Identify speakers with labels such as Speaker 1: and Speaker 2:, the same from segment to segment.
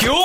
Speaker 1: ¿Qué hubo,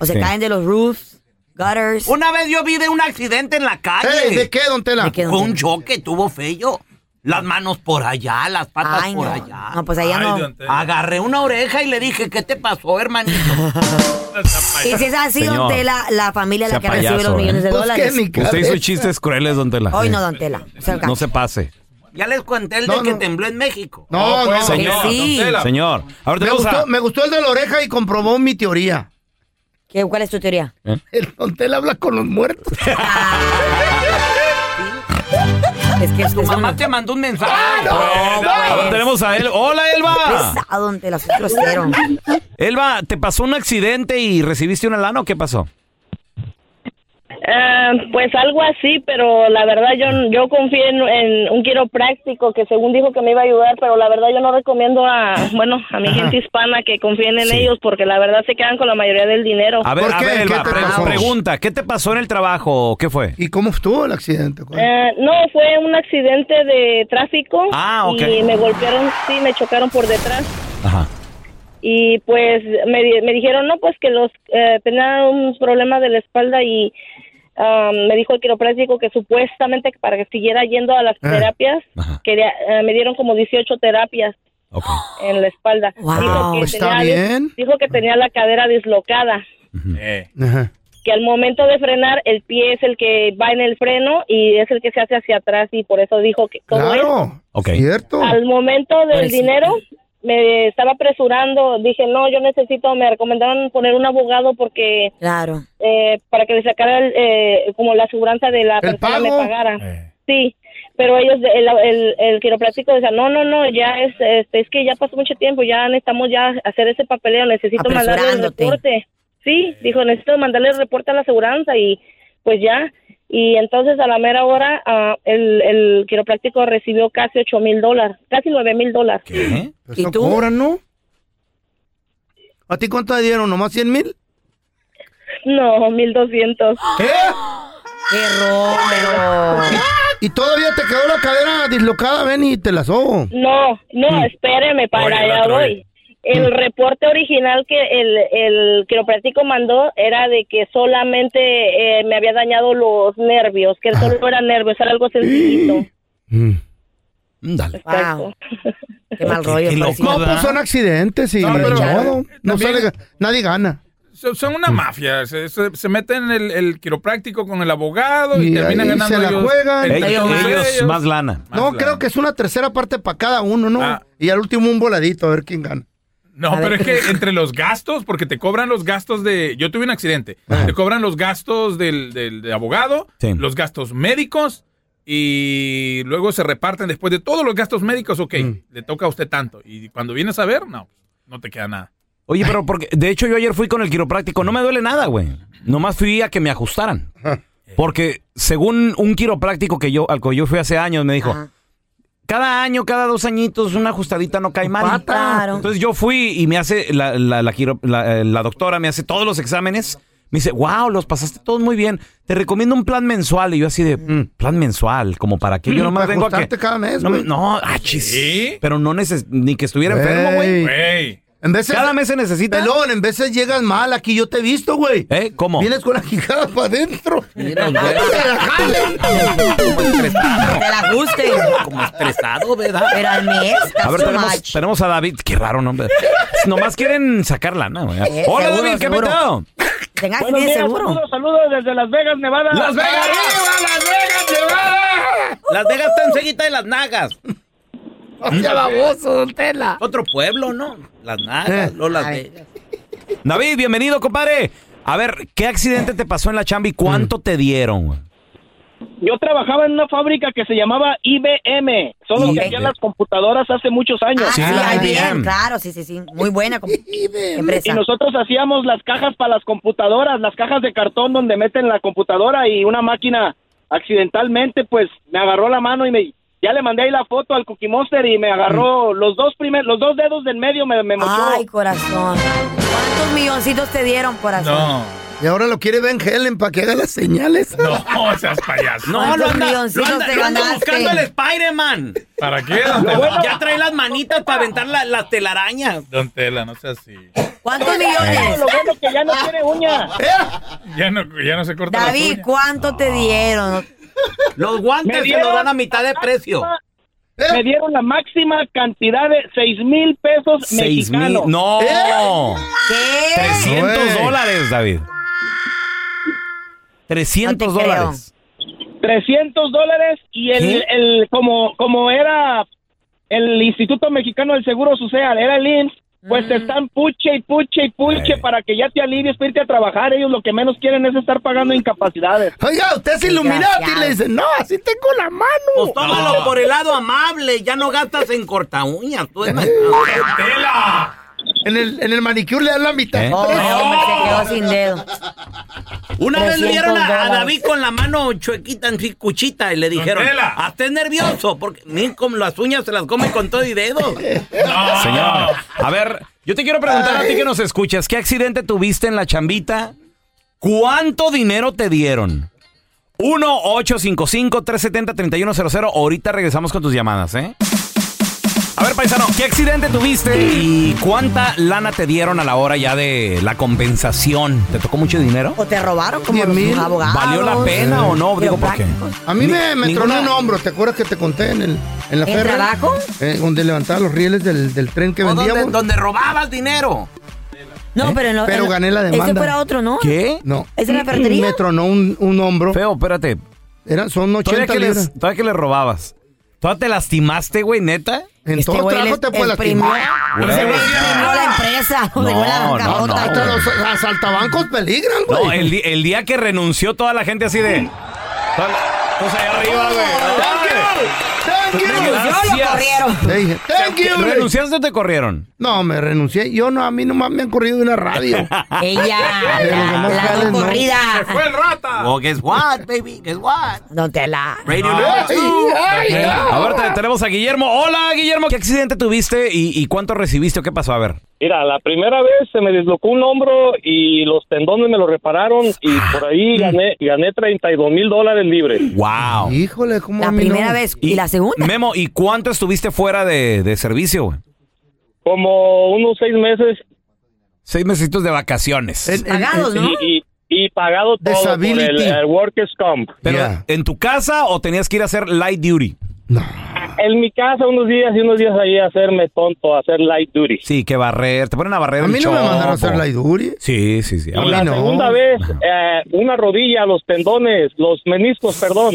Speaker 2: O se
Speaker 1: Sí.
Speaker 2: caen de los roofs, gutters.
Speaker 3: Una vez yo vi de un accidente en la calle.
Speaker 4: Ey, ¿De qué, don Tela?
Speaker 2: ¿De qué?
Speaker 3: Fue un choque, tuvo feo. Las manos por allá, las patas
Speaker 2: Ay,
Speaker 3: por
Speaker 2: no.
Speaker 3: allá.
Speaker 2: No, pues allá
Speaker 5: Ay,
Speaker 2: no.
Speaker 5: Dios mío.
Speaker 3: Agarré una oreja y le dije, ¿qué te pasó, hermanito?
Speaker 2: Y si es así,
Speaker 1: Señor.
Speaker 2: don Tela, la familia es la
Speaker 1: Sea
Speaker 2: que recibe
Speaker 1: payaso, ¿eh?
Speaker 2: los millones de
Speaker 4: Pues,
Speaker 2: dólares.
Speaker 4: ¿qué, mi cara?
Speaker 1: Usted hizo chistes crueles, don Tela.
Speaker 2: Hoy no,
Speaker 1: Sí.
Speaker 2: don Tela. Cerca.
Speaker 1: No se pase. pues,
Speaker 3: Ya les conté el
Speaker 4: No,
Speaker 3: de que
Speaker 4: no.
Speaker 3: tembló en México. pues,
Speaker 4: No, no.
Speaker 2: Que
Speaker 1: Señor.
Speaker 2: sí.
Speaker 1: Señor, ahora
Speaker 4: Me
Speaker 1: tenemos a-
Speaker 4: gustó, me gustó el de la oreja y comprobó mi teoría.
Speaker 2: ¿Qué- ¿Cuál es tu teoría?
Speaker 4: El don Tela habla con los muertos.
Speaker 2: Es que es
Speaker 3: Tu
Speaker 2: es
Speaker 3: mamá
Speaker 2: un-
Speaker 3: te mandó un mensaje.
Speaker 1: ahora tenemos a él. Hola, Elba.
Speaker 2: pesado, don Tela, soy grosero.
Speaker 1: Elba, ¿te pasó un accidente y recibiste una lana o qué pasó?
Speaker 6: Ah, pues algo así, pero la verdad yo yo confié en, en un quiropráctico que según dijo que me iba a ayudar, pero la verdad yo no recomiendo a bueno a mi gente hispana que confíen en
Speaker 1: Sí.
Speaker 6: ellos porque la verdad se quedan con la mayoría del dinero.
Speaker 1: A ver,
Speaker 4: ¿Por
Speaker 1: a
Speaker 4: qué?
Speaker 1: ver,
Speaker 4: ¿Qué
Speaker 1: Elba,
Speaker 4: te
Speaker 1: pre-
Speaker 4: pasó?
Speaker 1: pregunta, ¿qué te pasó en el trabajo? ¿Qué fue?
Speaker 4: ¿Y cómo estuvo el accidente? ¿Cuál?
Speaker 6: Ah, no, fue un accidente de tráfico
Speaker 1: Ah, ok.
Speaker 6: y me golpearon, sí, me chocaron por detrás.
Speaker 1: Ajá.
Speaker 6: y pues me, di- me dijeron no pues que los eh, tenía un problema de la espalda y ah, me dijo el quiropráctico que supuestamente para que siguiera yendo a las terapias
Speaker 1: Ah. Ajá.
Speaker 6: quería- eh, me dieron como 18 terapias
Speaker 1: Ok.
Speaker 6: en la espalda
Speaker 2: Wow.
Speaker 6: dijo, que
Speaker 4: Está
Speaker 6: tenía-
Speaker 4: bien.
Speaker 6: dijo que tenía la cadera dislocada
Speaker 5: Eh.
Speaker 4: Ajá.
Speaker 6: que al momento de frenar el pie es el que va en el freno y es el que se hace hacia atrás y por eso dijo que como es
Speaker 4: Claro.
Speaker 1: Ok.
Speaker 4: Cierto.
Speaker 6: al momento
Speaker 2: Pues
Speaker 6: del dinero me estaba apresurando, dije no, yo necesito, me recomendaron poner un abogado porque
Speaker 2: Claro.
Speaker 6: eh, para que le sacara el, eh, como la aseguranza de la
Speaker 4: ¿El
Speaker 6: persona me
Speaker 4: pago? Eh.
Speaker 6: pagara. Sí, pero ellos, de- el, el, el quiropráctico decía, no, no, no, ya es, este, es que ya pasó mucho tiempo, ya necesitamos ya hacer ese papeleo, necesito mandarle el
Speaker 2: Apresurándote.
Speaker 6: reporte. Sí, dijo, necesito mandarle el reporte a la aseguranza y pues ya. Y entonces a la mera hora ah, el, el quiropráctico recibió casi ocho mil dólares, casi nueve mil dólares.
Speaker 1: ¿Qué?
Speaker 4: Pues
Speaker 2: ¿Y
Speaker 4: no
Speaker 2: tú?
Speaker 4: cobran, ¿no? ¿A ti cuánto te dieron? ¿Nomás 100 mil?
Speaker 6: No, mil doscientos.
Speaker 4: ¿Qué?
Speaker 2: ¡Qué romero!
Speaker 4: Y todavía te quedó la cadera dislocada, ven y te la sobo.
Speaker 6: No, no, espéreme, para
Speaker 4: Mm. Oye, el
Speaker 6: allá
Speaker 4: otro,
Speaker 6: voy.
Speaker 4: oye.
Speaker 6: El
Speaker 4: Mm.
Speaker 6: reporte original que el, el quiropráctico mandó era de que solamente eh, me había dañado los nervios, que solo era nervios, era algo sencillito.
Speaker 1: Dale.
Speaker 2: Wow. Qué mal rollo.
Speaker 1: qué
Speaker 2: pobrecito.
Speaker 1: loco,
Speaker 4: Mm, No, pues son accidentes y
Speaker 5: No,
Speaker 4: ni
Speaker 5: pero-
Speaker 4: modo. No
Speaker 5: también-
Speaker 4: sale- nadie gana.
Speaker 5: Son son
Speaker 1: Mm.
Speaker 5: una mafia. Se, se- se meten el, el quiropráctico con el abogado y,
Speaker 4: Y
Speaker 5: terminan
Speaker 4: ahí
Speaker 5: ganando
Speaker 4: se la
Speaker 5: ellos.
Speaker 4: juegan.
Speaker 5: entre
Speaker 1: Ellos,
Speaker 5: todos
Speaker 1: ellos
Speaker 5: ellos.
Speaker 1: más lana.
Speaker 5: Más
Speaker 4: no,
Speaker 5: lana.
Speaker 4: creo que es una tercera parte para cada uno, ¿no?
Speaker 5: Ah.
Speaker 4: Y al último un voladito, a ver quién gana.
Speaker 5: No, pero es que entre los gastos, porque te cobran los gastos de. Yo tuve un accidente. Te cobran los gastos del, del- del abogado,
Speaker 1: Sí.
Speaker 5: los gastos médicos y luego se reparten después de todos los gastos médicos. Ok,
Speaker 4: Mm.
Speaker 5: le toca a usted tanto. Y cuando vienes a ver, no, pues, no te queda nada.
Speaker 1: Oye, pero porque, de hecho yo ayer fui con el quiropráctico, no me duele nada, güey. Nomás fui a que me ajustaran. Porque según un quiropráctico que yo, al que yo fui hace años, me dijo,
Speaker 2: Ajá.
Speaker 1: cada año, cada dos añitos, una ajustadita no cae mal.
Speaker 2: Pata. Claro.
Speaker 1: Entonces yo fui y me hace, la, la, la quiro- la- eh, la doctora me hace todos los exámenes. Me dice, wow, los pasaste todos muy bien. Te recomiendo un plan mensual. Y yo así de, "Mm, plan mensual, como para qué. Yo
Speaker 4: Mm,
Speaker 1: nomás
Speaker 4: para
Speaker 1: vengo a que...
Speaker 4: ajustarte cada mes,
Speaker 1: no, me-
Speaker 4: güey.
Speaker 1: no, ah, chis.
Speaker 5: ¿Sí?
Speaker 1: Pero no neces ni que estuviera enfermo, güey.
Speaker 4: Güey.
Speaker 5: Güey.
Speaker 4: En veces,
Speaker 1: Cada mes se necesita.
Speaker 4: Pelón, en veces llegas mal, aquí yo te he visto, güey.
Speaker 1: ¿Eh? ¿Cómo?
Speaker 4: Vienes con la quijada para adentro.
Speaker 3: Mira, güey.
Speaker 4: ¡Te la jalen!
Speaker 3: Como estresado.
Speaker 2: Te la ajuste.
Speaker 3: Como estresado, ¿verdad?
Speaker 2: Pero al mes,
Speaker 1: A ver,
Speaker 2: that's too
Speaker 1: tenemos,
Speaker 2: much.
Speaker 1: tenemos a David. Qué raro nombre. Nomás quieren sacar lana, güey.
Speaker 2: Eh,
Speaker 1: Hola,
Speaker 2: seguro,
Speaker 1: David, ¿qué
Speaker 2: seguro.
Speaker 1: petado?
Speaker 2: Tengas que ir seguro.
Speaker 7: saludos desde Las Vegas, Nevada.
Speaker 1: ¡Las Vegas!
Speaker 3: Las Vegas están seguidas de las nagas.
Speaker 4: ¡Hostia, baboso, don Tela!
Speaker 3: Otro pueblo, ¿no? Las nagas, no las
Speaker 2: Ay.
Speaker 3: Vegas.
Speaker 1: David, bienvenido, compadre. A ver, ¿qué accidente te pasó en la chamba y cuánto te dieron? güey?
Speaker 7: Yo trabajaba en una fábrica que se llamaba IBM. Son los que
Speaker 1: IBM.
Speaker 7: hacían las computadoras hace muchos años.
Speaker 2: Ah, sí,
Speaker 1: la
Speaker 2: IBM,
Speaker 1: IBM.
Speaker 2: Claro, sí, sí, sí. Muy buena com-
Speaker 7: Y
Speaker 2: empresa.
Speaker 7: nosotros hacíamos las cajas para las computadoras, las cajas de cartón donde meten la computadora y una máquina accidentalmente pues me agarró la mano y me ya le mandé ahí la foto al Cookie Monster y me agarró los dos primeros los dos dedos del medio me, me mochó.
Speaker 2: Mm. Ay, corazón. ¿Cuántos milloncitos te dieron, corazón?
Speaker 5: No.
Speaker 4: Y ahora lo quiere Ben Helen para que haga las señales.
Speaker 5: No, seas payaso.
Speaker 3: No,
Speaker 2: ¿Cuántos
Speaker 3: lo anda, lo
Speaker 2: milloncitos
Speaker 3: anda-
Speaker 2: te
Speaker 3: lo anda
Speaker 2: ganaste?
Speaker 3: buscando el Spider-Man.
Speaker 5: ¿Para qué? Don Tela,
Speaker 3: Ya trae las manitas para aventar la, la telaraña.
Speaker 5: Don Tela, no seas así.
Speaker 2: ¿Cuántos
Speaker 7: Lo
Speaker 2: millones?
Speaker 7: bueno que ya no tiene uña.
Speaker 5: Ya no, ya no se corta
Speaker 2: Ah. David,
Speaker 5: la uñas.
Speaker 2: ¿cuánto te dieron?
Speaker 3: Los guantes
Speaker 7: Me
Speaker 3: se los
Speaker 7: dieron-
Speaker 3: dan a mitad de precio.
Speaker 7: Me dieron la máxima cantidad de seis mil pesos
Speaker 1: Seis mil.
Speaker 7: mexicanos.
Speaker 1: No.
Speaker 2: ¿Qué?
Speaker 1: 300
Speaker 4: Güey.
Speaker 1: dólares, David. 300
Speaker 2: No te creo.
Speaker 1: dólares.
Speaker 7: 300 dólares y el,
Speaker 1: ¿Qué?
Speaker 7: el como como era el Instituto Mexicano del Seguro Social, era el IMSS, pues
Speaker 4: Mm.
Speaker 7: te están puche y puche y puche
Speaker 1: Eh.
Speaker 7: para que ya te alivies para irte a trabajar. Ellos lo que menos quieren es estar pagando incapacidades.
Speaker 4: Oiga, usted es Illuminati y le dice, no, así tengo la
Speaker 3: Pues
Speaker 4: mano.
Speaker 3: tómalo por el lado amable. Ya no gastas en corta uñas. Tú es más-
Speaker 4: En el, en el manicure le dan la mitad.
Speaker 1: ¿Eh?
Speaker 2: Oh, no, hombre, se quedó sin dedo.
Speaker 3: Una vez le dieron a, a
Speaker 2: $300.
Speaker 3: David con la mano chuequita, en sí, cuchita, y le dijeron,
Speaker 5: Tela.
Speaker 3: hasta es nervioso, porque miren como las uñas se las come con todo y dedo.
Speaker 1: Señor. A ver, yo te quiero preguntar a ti que nos escuchas, ¿qué accidente tuviste en la chambita? ¿Cuánto dinero te dieron? 1-855-370-3100. Ahorita regresamos con tus llamadas, ¿eh? A ver, paisano, ¿qué accidente tuviste y cuánta lana te dieron a la hora ya de la compensación? ¿Te tocó mucho dinero?
Speaker 2: O te robaron como
Speaker 4: Diez
Speaker 2: los
Speaker 4: mil.
Speaker 2: abogados.
Speaker 1: ¿Valió la pena o no? Digo, ¿por qué?
Speaker 2: Quiroprácticos.
Speaker 4: A mí me, me
Speaker 1: Ni-
Speaker 4: tronó un
Speaker 1: ninguna-
Speaker 4: hombro, ¿te acuerdas que te conté en, el, en la
Speaker 2: ¿En
Speaker 4: ferry?
Speaker 2: trabajo?
Speaker 4: Eh, donde levantaba los rieles del, del tren que
Speaker 3: O donde,
Speaker 4: vendíamos. ¿Eh?
Speaker 3: donde robabas dinero.
Speaker 2: No, pero en lo-
Speaker 4: Pero
Speaker 2: en lo-
Speaker 4: gané la
Speaker 2: Ese
Speaker 4: demanda.
Speaker 2: fuera otro, ¿no?
Speaker 1: ¿Qué?
Speaker 4: No.
Speaker 2: ¿Es en la ferretería?
Speaker 4: Me tronó un, un hombro.
Speaker 1: Feo, espérate.
Speaker 4: Eran, son
Speaker 1: Todavía
Speaker 4: 80
Speaker 1: que,
Speaker 4: libras.
Speaker 1: les, todavía que les robabas. ¿Todavía te lastimaste, güey, neta? Ah,
Speaker 4: En
Speaker 2: Este
Speaker 4: todo
Speaker 2: güey
Speaker 4: trabajo
Speaker 2: les-
Speaker 4: te puedes
Speaker 2: el prim-
Speaker 4: lastimar.
Speaker 1: Güey.
Speaker 2: Ese güey terminó la empresa.
Speaker 1: No,
Speaker 2: dejó la
Speaker 1: no,
Speaker 2: bancarrota.
Speaker 1: no,
Speaker 2: y
Speaker 4: Hasta
Speaker 2: todo.
Speaker 4: los asaltabancos peligran, güey.
Speaker 1: No, el, di- el día que renunció toda la gente así de. toda la- Todos allá arriba, güey.
Speaker 4: Thank you.
Speaker 2: Renunció, lo
Speaker 1: Gracias.
Speaker 2: corrieron.
Speaker 4: Te dije, thank you, güey.
Speaker 1: ¿Renunciaste o te corrieron?
Speaker 4: No, me renuncié. Yo no, a mí nomás me han corrido de una radio.
Speaker 2: Ella,
Speaker 4: Pero que no
Speaker 2: la, la
Speaker 4: jalen,
Speaker 2: no
Speaker 4: no.
Speaker 2: corrida.
Speaker 5: ¡Fue el rata!
Speaker 1: "Oh,
Speaker 3: Well, guess what, baby? Guess what?
Speaker 2: No te la.
Speaker 3: Radio
Speaker 4: Ay,
Speaker 3: Nueva.
Speaker 4: ay, ay.
Speaker 1: A ver, te- tenemos a Guillermo. Hola, Guillermo. ¿Qué accidente tuviste y, y cuánto recibiste o qué pasó? A ver.
Speaker 8: Mira, la primera vez se me dislocó un hombro y los tendones me lo repararon y
Speaker 1: Ah.
Speaker 8: por ahí gané, gané 32 mil dólares libres.
Speaker 1: ¡Wow!
Speaker 4: Híjole, ¿cómo
Speaker 2: La primera vez y, la segunda.
Speaker 1: Memo, ¿y cuánto estuviste fuera de, de servicio, güey?
Speaker 8: Como unos seis meses.
Speaker 1: Seis mesitos de vacaciones.
Speaker 2: pues,
Speaker 8: Y, y- y pagado todo por el,
Speaker 1: Disability.
Speaker 8: el Workers' Comp.
Speaker 1: Pero, ¿en tu casa o tenías que ir a hacer light duty?
Speaker 8: En mi casa unos días y unos días ahí a hacerme tonto, a hacer light duty.
Speaker 1: Sí, que barrer. Te ponen a barrer
Speaker 8: A
Speaker 1: un
Speaker 8: mí no me
Speaker 1: chopo.
Speaker 8: mandaron a hacer light
Speaker 4: duty.
Speaker 1: Sí, sí, sí.
Speaker 8: Y la segunda vez, eh, una rodilla, los tendones, los meniscos, perdón.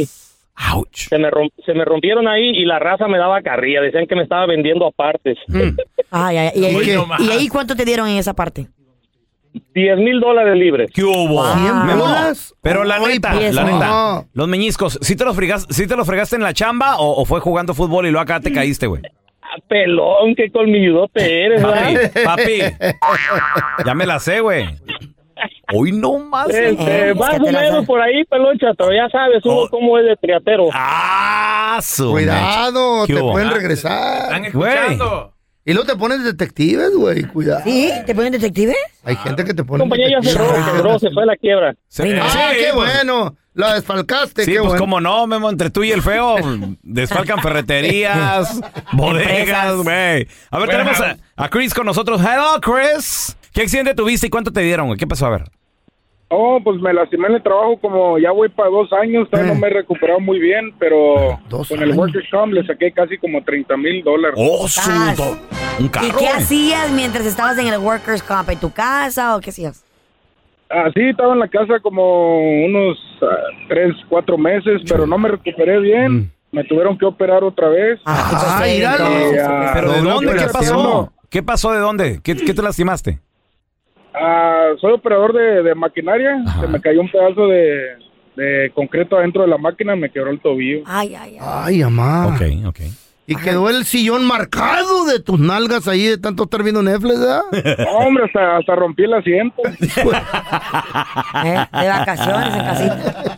Speaker 1: Se
Speaker 8: me, romp- se me rompieron ahí y la raza me daba carrilla. Decían que me estaba vendiendo a partes.
Speaker 1: Mm.
Speaker 2: Ay, ay, y, ahí,
Speaker 8: Hoy nomás.
Speaker 2: ¿Y ahí cuánto te dieron en esa parte?
Speaker 8: 10 mil dólares libres.
Speaker 1: ¿Qué hubo?
Speaker 2: Ah.
Speaker 1: Memo,
Speaker 2: ¿Bolas?
Speaker 1: pero la
Speaker 2: Ay,
Speaker 1: neta,
Speaker 2: pues,
Speaker 1: la neta.
Speaker 2: no.
Speaker 1: Los meñiscos, ¿sí te los fregaste, sí te los fregaste en la chamba o, o fue jugando fútbol y luego acá te caíste, güey?
Speaker 8: Pelón, qué colmilludote eres,
Speaker 1: Papi,
Speaker 8: ¿verdad?
Speaker 1: papi. Ya me la sé, güey. Hoy no más.
Speaker 8: Este,
Speaker 1: Eh,
Speaker 8: más
Speaker 1: es
Speaker 8: o
Speaker 1: que te la
Speaker 8: menos
Speaker 1: sabes.
Speaker 8: por ahí, pelón chato. Ya sabes uno cómo es de triatero.
Speaker 1: ¡Ah, su
Speaker 4: Cuidado,
Speaker 8: ¿Qué
Speaker 4: te
Speaker 8: hubo?
Speaker 4: pueden
Speaker 8: Ah,
Speaker 4: regresar.
Speaker 5: Están escuchando.
Speaker 4: Y luego te pones detectives, güey, cuidado.
Speaker 2: ¿Sí? ¿Te ponen detectives?
Speaker 4: Hay gente que te pone
Speaker 8: Compañía ya cerró, quebró, se fue a la quiebra.
Speaker 4: ah, qué
Speaker 1: pues.
Speaker 4: bueno. La desfalcaste,
Speaker 1: Sí,
Speaker 4: qué
Speaker 1: pues
Speaker 4: bueno.
Speaker 1: cómo no, Memo, entre tú y el feo desfalcan ferreterías, bodegas, güey. A ver, tenemos a, a Chris con nosotros. Hello, Chris. ¿Qué accidente tuviste y cuánto te dieron, güey? ¿Qué pasó? A ver.
Speaker 9: No, pues me lastimé en el trabajo como ya voy para dos años, todavía
Speaker 1: Eh.
Speaker 9: no me he recuperado muy bien, pero con el Workers' Comp le saqué casi como 30 mil dólares.
Speaker 1: ¡Oh, su do- Un
Speaker 2: ¿Y
Speaker 1: carro.
Speaker 2: qué hacías mientras estabas en el Workers' Comp? ¿En tu casa o qué hacías?
Speaker 9: Así Ah, estaba en la casa como unos ah, tres, cuatro meses, pero no me recuperé bien. Me tuvieron que operar otra vez.
Speaker 1: Mm.
Speaker 4: pues,
Speaker 1: Ah,
Speaker 9: Y,
Speaker 1: míralo.
Speaker 9: ah,
Speaker 1: ¿Pero de
Speaker 9: doble
Speaker 1: dónde? ¿Qué
Speaker 9: operación.
Speaker 1: pasó? ¿Qué pasó de dónde? ¿Qué, qué te lastimaste?
Speaker 9: Ah, soy operador de, de maquinaria. Se me cayó un pedazo de, de concreto adentro de la máquina, me quebró el tobillo.
Speaker 2: Ay, ay, ay.
Speaker 4: Ay, amá.
Speaker 1: Ok, ok.
Speaker 4: Y quedó el sillón marcado de tus nalgas ahí de tanto estar viendo Netflix, ¿verdad? Pues,
Speaker 9: No, hombre, hasta, hasta rompí el asiento.
Speaker 2: ¿Eh? De vacaciones en casita.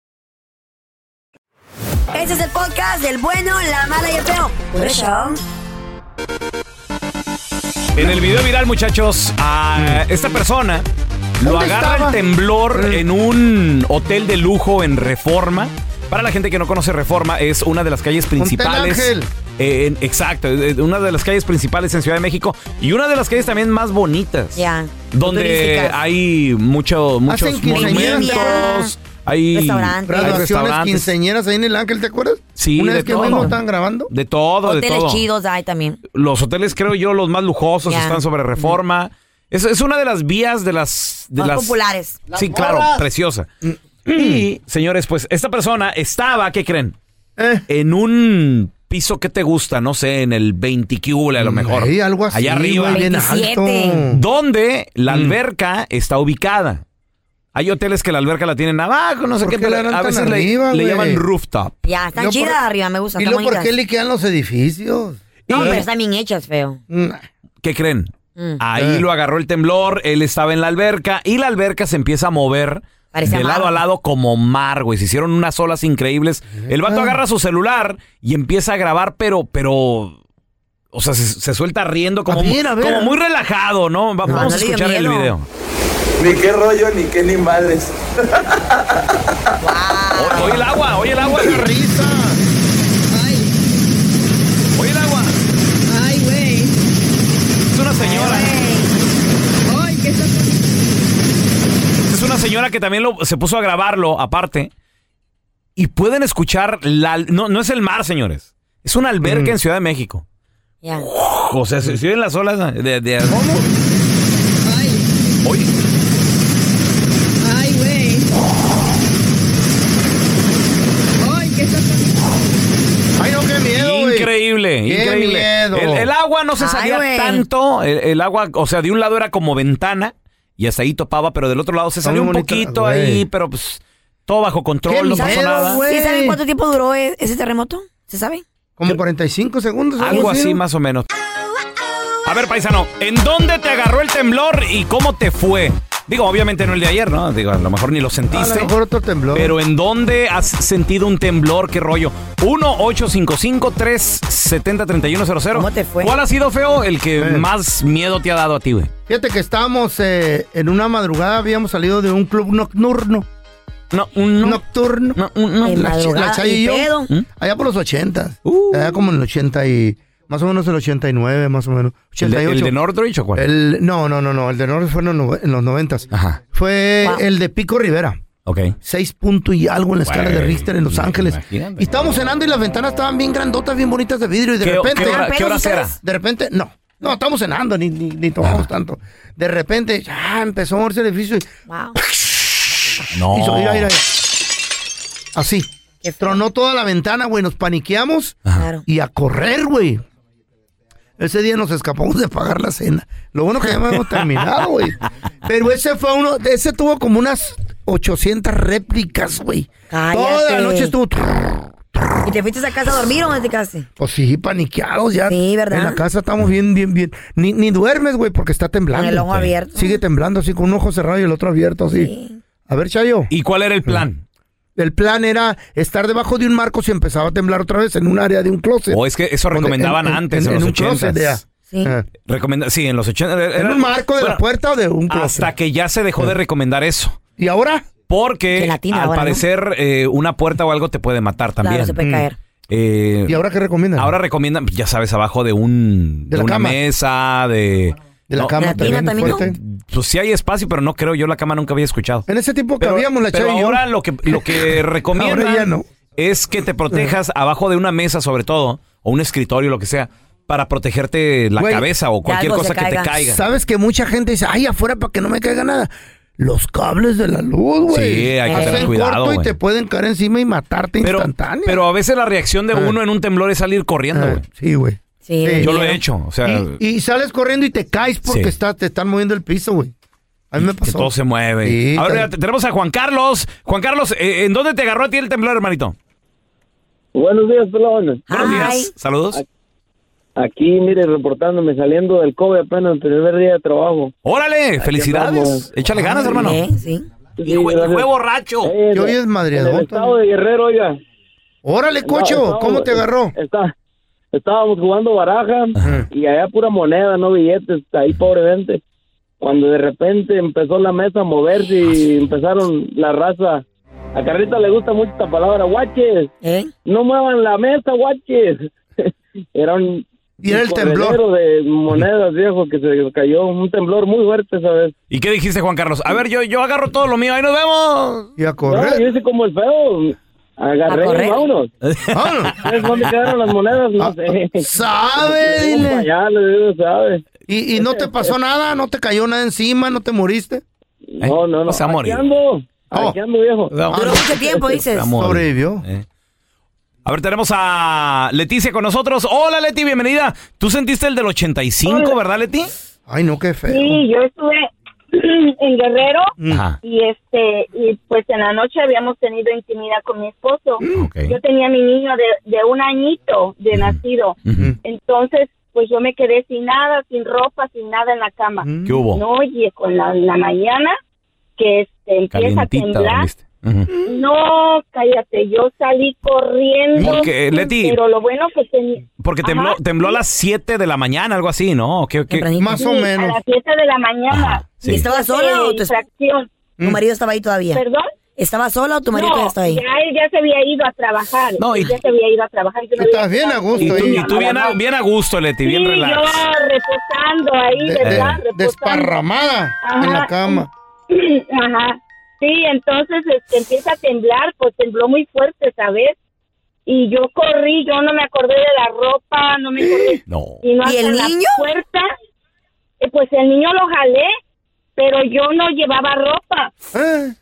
Speaker 2: Este es el podcast del bueno, la mala y el feo. Por eso.
Speaker 1: En el video viral, muchachos, a
Speaker 4: Mm.
Speaker 1: esta persona lo
Speaker 10: ¿Dónde
Speaker 1: agarra
Speaker 10: estaba?
Speaker 1: el temblor en un hotel de lujo en Reforma. Para la gente que no conoce Reforma, es una de las calles principales.
Speaker 4: Ángel.
Speaker 1: eh, en- exacto, eh, una de las calles principales en Ciudad de México y una de las calles también más bonitas.
Speaker 2: Ya.
Speaker 1: Donde
Speaker 2: Turísticas.
Speaker 1: hay mucho,
Speaker 4: Hacen
Speaker 1: muchos
Speaker 4: quinceañeras.
Speaker 1: monumentos, hay
Speaker 4: Restaurantes.
Speaker 1: hay
Speaker 4: Graduaciones,
Speaker 1: restaurantes,
Speaker 4: quinceañeras ahí en el Ángel, ¿te acuerdas?
Speaker 1: Sí,
Speaker 4: Una
Speaker 1: de
Speaker 4: vez que
Speaker 1: todo.
Speaker 4: mismo estaban grabando.
Speaker 1: de todo, de
Speaker 2: Hoteles
Speaker 1: todo
Speaker 2: chidos hay también.
Speaker 1: los hoteles, creo yo, los más lujosos
Speaker 2: Ya.
Speaker 1: están sobre reforma. es, es una de las vías de las... De
Speaker 2: Más
Speaker 1: las
Speaker 2: populares. Mm.
Speaker 1: Sí,
Speaker 2: Las
Speaker 1: claro,
Speaker 2: morras.
Speaker 1: preciosa. Y, señores, pues esta persona estaba, ¿qué creen?
Speaker 4: Eh.
Speaker 1: En un piso que te gusta, no sé, en el 20 cúbula a lo mejor.
Speaker 4: Ey, Mm, algo así,
Speaker 1: Allá arriba.
Speaker 4: güey, bien 27. alto. Mm.
Speaker 1: Donde la alberca está ubicada. Hay hoteles que la alberca la tienen abajo, no sé
Speaker 4: ¿Por
Speaker 1: qué,
Speaker 4: qué la
Speaker 1: pero
Speaker 4: harán
Speaker 1: a
Speaker 4: tan
Speaker 1: veces le-
Speaker 4: arriba,
Speaker 1: le
Speaker 4: güey?
Speaker 1: llaman rooftop.
Speaker 2: Ya, están
Speaker 4: Luego,
Speaker 2: chidas
Speaker 4: ¿por-
Speaker 2: arriba, me gustan.
Speaker 4: ¿Y
Speaker 2: están
Speaker 4: luego por
Speaker 2: bonitas.
Speaker 4: qué liquean los edificios?
Speaker 2: No, pero están bien hechas, feo.
Speaker 1: ¿Qué creen?
Speaker 2: Mm.
Speaker 10: Eh.
Speaker 1: Ahí lo agarró el temblor, él estaba en la alberca y la alberca se empieza a mover
Speaker 2: Parecía
Speaker 1: de
Speaker 2: mar.
Speaker 1: lado a lado como mar, güey. Se hicieron unas olas increíbles. El
Speaker 10: Ah.
Speaker 1: vato agarra su celular y empieza a grabar, pero, pero, o sea, se, se suelta riendo como,
Speaker 10: A ver,
Speaker 1: mu-
Speaker 10: a ver.
Speaker 1: como muy relajado, ¿no? Va-
Speaker 10: No,
Speaker 1: vamos
Speaker 10: no
Speaker 1: a
Speaker 10: le dio
Speaker 1: escuchar el
Speaker 10: miedo.
Speaker 1: video.
Speaker 10: Ni qué rollo, ni qué ni madres.
Speaker 1: O- Oye el agua, oye el agua. La risa. Oye el agua.
Speaker 2: Ay, güey.
Speaker 1: Es una señora. señora que también lo- se puso a grabarlo aparte. Y pueden escuchar la... No, no es el mar, señores. Es una alberca
Speaker 4: Mm.
Speaker 1: en Ciudad de México.
Speaker 2: Ya.
Speaker 1: O sea, se se oyen las olas de... de-
Speaker 11: Ay, güey. Ay, qué
Speaker 4: Ay, no, qué miedo, güey.
Speaker 1: Increíble,
Speaker 4: Qué
Speaker 1: increíble.
Speaker 4: miedo.
Speaker 1: El, el agua no se
Speaker 4: Ay,
Speaker 1: salía
Speaker 4: güey.
Speaker 1: tanto. El, el agua, o sea, de un lado era como ventana y hasta ahí topaba, pero del otro lado se
Speaker 4: Está
Speaker 1: salió un
Speaker 4: muy bonita,
Speaker 1: poquito
Speaker 4: güey.
Speaker 1: ahí, pero pues todo bajo control, no pasó nada.
Speaker 2: ¿Sí saben cuánto tiempo duró e- ese terremoto? ¿Se sabe?
Speaker 4: Como 45 segundos.
Speaker 1: Algo así más o menos. A ver, paisano, ¿en dónde te agarró el temblor y cómo te fue? Digo, obviamente no el de ayer, ¿no? Digo, a lo mejor ni lo sentiste.
Speaker 4: A lo mejor otro temblor.
Speaker 1: Pero ¿en dónde has sentido un temblor? ¿Qué rollo? 1-855-370-3100. ¿Cómo te fue? ¿Cuál ha sido, Feo, el
Speaker 4: Eh.
Speaker 1: que más miedo te ha dado a ti, güey?
Speaker 4: Fíjate que estábamos eh, en una madrugada, habíamos salido de un club nocturno.
Speaker 1: No, un
Speaker 4: nocturno.
Speaker 2: En
Speaker 4: la, ch-
Speaker 2: madrugada,
Speaker 4: la Chayo
Speaker 2: y
Speaker 4: y yo,
Speaker 2: pedo.
Speaker 4: ¿Mm? Allá por los ochentas.
Speaker 1: Uh.
Speaker 4: Allá como en el 80 y... Más o menos el 89, más o menos.
Speaker 1: ¿El de,
Speaker 4: 88.
Speaker 1: el de Northridge o cuál?
Speaker 4: El- no, no, no, no. El de Norris fue en los no- en los noventas. Fue el de Pico Rivera.
Speaker 1: Ok.
Speaker 4: Seis puntos y algo en la escala de
Speaker 1: Güey,
Speaker 4: Richter en Los Ángeles.
Speaker 1: imagínate.
Speaker 4: Y estábamos cenando y las ventanas estaban bien grandotas, bien bonitas de vidrio. Y de
Speaker 1: ¿Qué-
Speaker 4: repente.
Speaker 1: qué hora- qué horas era?
Speaker 4: De repente, no. No, estamos cenando, ni, ni, ni tomamos tanto. De repente, ya empezó a moverse el edificio. Y,
Speaker 1: No.
Speaker 4: hizo, mira, mira, mira. Así. Tronó toda la ventana, güey. Nos paniqueamos. Y a correr, güey. Ese día nos escapamos de pagar la cena. Lo bueno que ya hemos terminado, güey. Pero ese fue uno, ese tuvo como unas 800 réplicas, güey. Toda la noche estuvo...
Speaker 2: ¿Y te fuiste a esa casa a dormir o dónde te quedaste?
Speaker 4: Pues sí, paniqueados ya.
Speaker 2: Sí, ¿verdad?
Speaker 4: En la casa estamos bien, bien, bien. Ni, ni duermes, güey, porque está temblando.
Speaker 2: Con el ojo
Speaker 4: Sí.
Speaker 2: abierto.
Speaker 4: Sigue temblando así, con un ojo cerrado y el otro abierto así. A ver, Chayo.
Speaker 1: ¿Y cuál era el plan?
Speaker 4: El plan era estar debajo de un marco si empezaba a temblar otra vez en un área de un closet.
Speaker 1: O Oh, es que eso
Speaker 4: Donde-
Speaker 1: recomendaban
Speaker 4: Eh. en- en-
Speaker 1: antes, en,
Speaker 4: en
Speaker 1: los
Speaker 4: un closet,
Speaker 1: 80.
Speaker 4: ya. Sí.
Speaker 1: sí, en los 80. era-
Speaker 4: ¿En un marco de la puerta o de un Eh. closet?
Speaker 1: Hasta que ya se dejó de recomendar eso.
Speaker 4: ¿Y ahora?
Speaker 1: Porque
Speaker 4: Gelatina
Speaker 1: al
Speaker 4: ahora, ¿no?
Speaker 1: parecer eh, una puerta o algo te puede matar también.
Speaker 4: se puede caer.
Speaker 1: Eh,
Speaker 4: Mm. ¿Y ahora qué recomiendan?
Speaker 1: Ahora recomiendan, ya sabes, abajo de un de,
Speaker 4: la
Speaker 1: una
Speaker 4: cama.
Speaker 1: mesa, de
Speaker 4: De la cama Gelatina también, también, ¿no? fuerte.
Speaker 1: Pues sí hay espacio, pero no creo, yo la cama nunca había escuchado.
Speaker 4: En ese tiempo
Speaker 1: Pero,
Speaker 4: cabíamos la
Speaker 1: pero
Speaker 4: Chayo y yo.
Speaker 1: ahora lo que lo que recomiendan
Speaker 4: Ahora ya no.
Speaker 1: es que te protejas abajo de una mesa sobre todo o un escritorio lo que sea para protegerte la
Speaker 4: Güey,
Speaker 1: cabeza o cualquier cosa que te caiga.
Speaker 4: Sabes que mucha gente dice, ay, afuera para que no me caiga nada. Los cables de la luz, güey.
Speaker 1: Sí, hay que
Speaker 4: Hacen
Speaker 1: tener cuidado,
Speaker 4: corto y
Speaker 1: güey.
Speaker 4: te pueden caer encima y matarte instantáneo.
Speaker 1: Pero a veces la reacción de uno en un temblor es salir corriendo, güey.
Speaker 4: Ah. Sí, güey. Sí.
Speaker 1: Yo lo he hecho, o sea,
Speaker 4: Y, y sales corriendo y te caes porque
Speaker 1: Sí.
Speaker 4: está- te están moviendo el piso, güey. A mí me
Speaker 1: que
Speaker 4: pasó.
Speaker 1: todo se mueve.
Speaker 4: Sí,
Speaker 1: Ahora
Speaker 4: está-
Speaker 1: mira, te- tenemos a Juan Carlos. Juan Carlos, eh, ¿en dónde te agarró a ti el temblor, hermanito?
Speaker 12: Buenos días, pelón.
Speaker 1: Buenos días. Saludos.
Speaker 12: Aquí, mire, reportándome, saliendo del COVID apenas el primer día de trabajo.
Speaker 1: Órale,
Speaker 12: Aquí
Speaker 1: felicidades.
Speaker 12: andamos.
Speaker 1: Échale ganas,
Speaker 12: Sí,
Speaker 1: hermano.
Speaker 2: Sí.
Speaker 12: Sí, gracias.
Speaker 1: borracho.
Speaker 12: Eh,
Speaker 4: Yo hoy es
Speaker 12: En el
Speaker 4: madreadota.
Speaker 12: estado de Guerrero, oiga.
Speaker 4: Órale, cocho,
Speaker 12: Está-
Speaker 4: ¿cómo te agarró?
Speaker 12: Está, estábamos jugando baraja y allá pura moneda, no billetes, ahí pobremente. Cuando de repente empezó la mesa a moverse y empezaron la raza. A Carlita le gusta mucho esta palabra, guaches. No muevan la mesa, guaches. era un...
Speaker 4: Y era el
Speaker 12: temblor. de monedas, viejo, que se cayó. Un temblor muy fuerte, ¿sabes?
Speaker 1: ¿Y qué dijiste, Juan Carlos? A ver, yo, yo agarro todo lo mío. Ahí nos vemos.
Speaker 4: Y a
Speaker 12: No, yo hice como el feo. Agarré
Speaker 1: A correr.
Speaker 12: y vámonos. ¿Sabes dónde quedaron las monedas? No sé.
Speaker 4: Ah. sabe, dile.
Speaker 12: Pa' allá, le digo, sabe.
Speaker 4: ¿Y, y no te pasó nada? ¿No te cayó nada encima? ¿No te moriste? Oh.
Speaker 12: No, no, no.
Speaker 1: se ha morido.
Speaker 12: Aquí ando. Aquí ando, viejo.
Speaker 1: Duró mucho
Speaker 2: tiempo, dices.
Speaker 4: Sobrevivió.
Speaker 1: Eh. A ver, tenemos a Leticia con nosotros. Hola, Leti, bienvenida. Tú sentiste el del 85, ¿verdad, Leti?
Speaker 4: Ay, no, qué feo.
Speaker 13: Sí, yo estuve en Guerrero
Speaker 1: Ajá.
Speaker 13: y este y pues en la noche habíamos tenido intimidad con mi esposo. Yo tenía a mi niño de, de un añito de nacido. Entonces, pues yo me quedé sin nada, sin ropa, sin nada en la cama.
Speaker 1: ¿Qué hubo?
Speaker 13: No, oye, con la, la mañana que este, empieza a
Speaker 1: Calientita
Speaker 13: temblar.
Speaker 1: dormiste. Ujú.
Speaker 13: No, cállate, yo salí corriendo.
Speaker 1: Porque, Leti-
Speaker 13: Pero lo bueno que tenía...
Speaker 1: Porque tembló, tembló a las 7 de la mañana, algo así, ¿no? ¿O qué- qué?
Speaker 13: Sí, A las 7 de la mañana. Este,
Speaker 1: sí.
Speaker 2: ¿Y estabas Ah, sola o tu, tu marido estaba ahí todavía?
Speaker 13: ¿Perdón?
Speaker 2: ¿Estabas sola o tu marido todavía estaba ahí?
Speaker 13: Ya él ya se había ido a trabajar.
Speaker 2: No, y-
Speaker 13: Él ya se había ido a trabajar. Yo me había quedado
Speaker 1: Y tú,
Speaker 13: sin
Speaker 1: y tú bien, a,
Speaker 13: nada.
Speaker 1: bien a gusto, Leti,
Speaker 13: Sí,
Speaker 1: bien
Speaker 13: yo
Speaker 1: ¿eh? relax. Eh.
Speaker 13: reposando ahí,
Speaker 1: De-
Speaker 13: ¿verdad?
Speaker 1: de-
Speaker 13: Reposando.
Speaker 4: desparramada en la cama.
Speaker 13: Ajá. Sí, entonces este, empieza a temblar, pues tembló muy fuerte, ¿sabes? Y yo corrí, yo no me acordé de la ropa, no me acordé.
Speaker 1: No.
Speaker 13: Y, no
Speaker 2: ¿Y el
Speaker 13: hasta la
Speaker 2: niño?
Speaker 13: puerta, eh, pues el niño lo jalé, pero yo no llevaba ropa.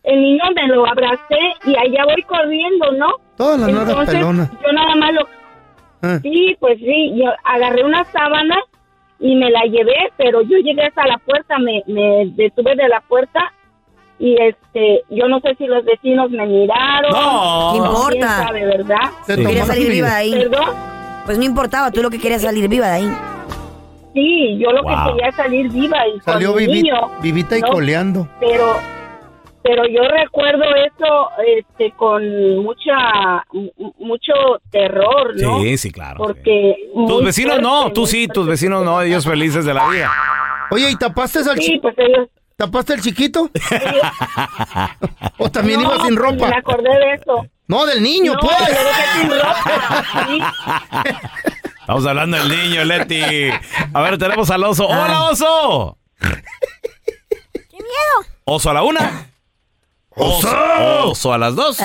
Speaker 13: El niño me lo abracé y allá voy corriendo, ¿no?
Speaker 4: Todas las nuevas
Speaker 13: Entonces,
Speaker 4: pelonas.
Speaker 13: yo nada más lo... Sí, pues sí, yo agarré una sábana y me la llevé, pero yo llegué hasta la puerta, me, me detuve de la puerta y este, yo no sé si los vecinos me miraron.
Speaker 2: No. ¿Qué importa?
Speaker 13: ¿Quién sabe, verdad?
Speaker 2: Te Sí. quería salir viva de ahí.
Speaker 13: ¿Perdón?
Speaker 2: Pues no importaba, tú lo que querías salir viva de ahí.
Speaker 13: Sí, yo lo
Speaker 4: Wow.
Speaker 13: que quería es salir viva y con
Speaker 4: Salió
Speaker 13: mi
Speaker 4: vivi-
Speaker 13: niño,
Speaker 4: vivita y
Speaker 13: ¿no?
Speaker 4: coleando.
Speaker 13: Pero, pero yo recuerdo eso este, con mucha, mu- mucho terror, ¿no?
Speaker 1: Sí, sí, claro.
Speaker 13: Porque
Speaker 1: Tus
Speaker 13: muy
Speaker 1: vecinos no,
Speaker 13: fuerte,
Speaker 1: tú sí, tus vecinos no, ellos felices de la vida.
Speaker 4: Oye, ¿y tapaste al
Speaker 13: Sí,
Speaker 4: chi-
Speaker 13: pues ellos.
Speaker 4: ¿Tapaste al chiquito? ¿O también
Speaker 13: No,
Speaker 4: iba sin ropa?
Speaker 13: Me acordé de eso.
Speaker 4: No, del niño,
Speaker 13: No,
Speaker 4: pues.
Speaker 13: lo dejé sin ropa. Sí.
Speaker 1: Estamos hablando del niño, Leti. A ver, tenemos al oso. ¡Hola, oso! ¡Qué miedo! Oso a la una. ¡Oso! Oso a las dos.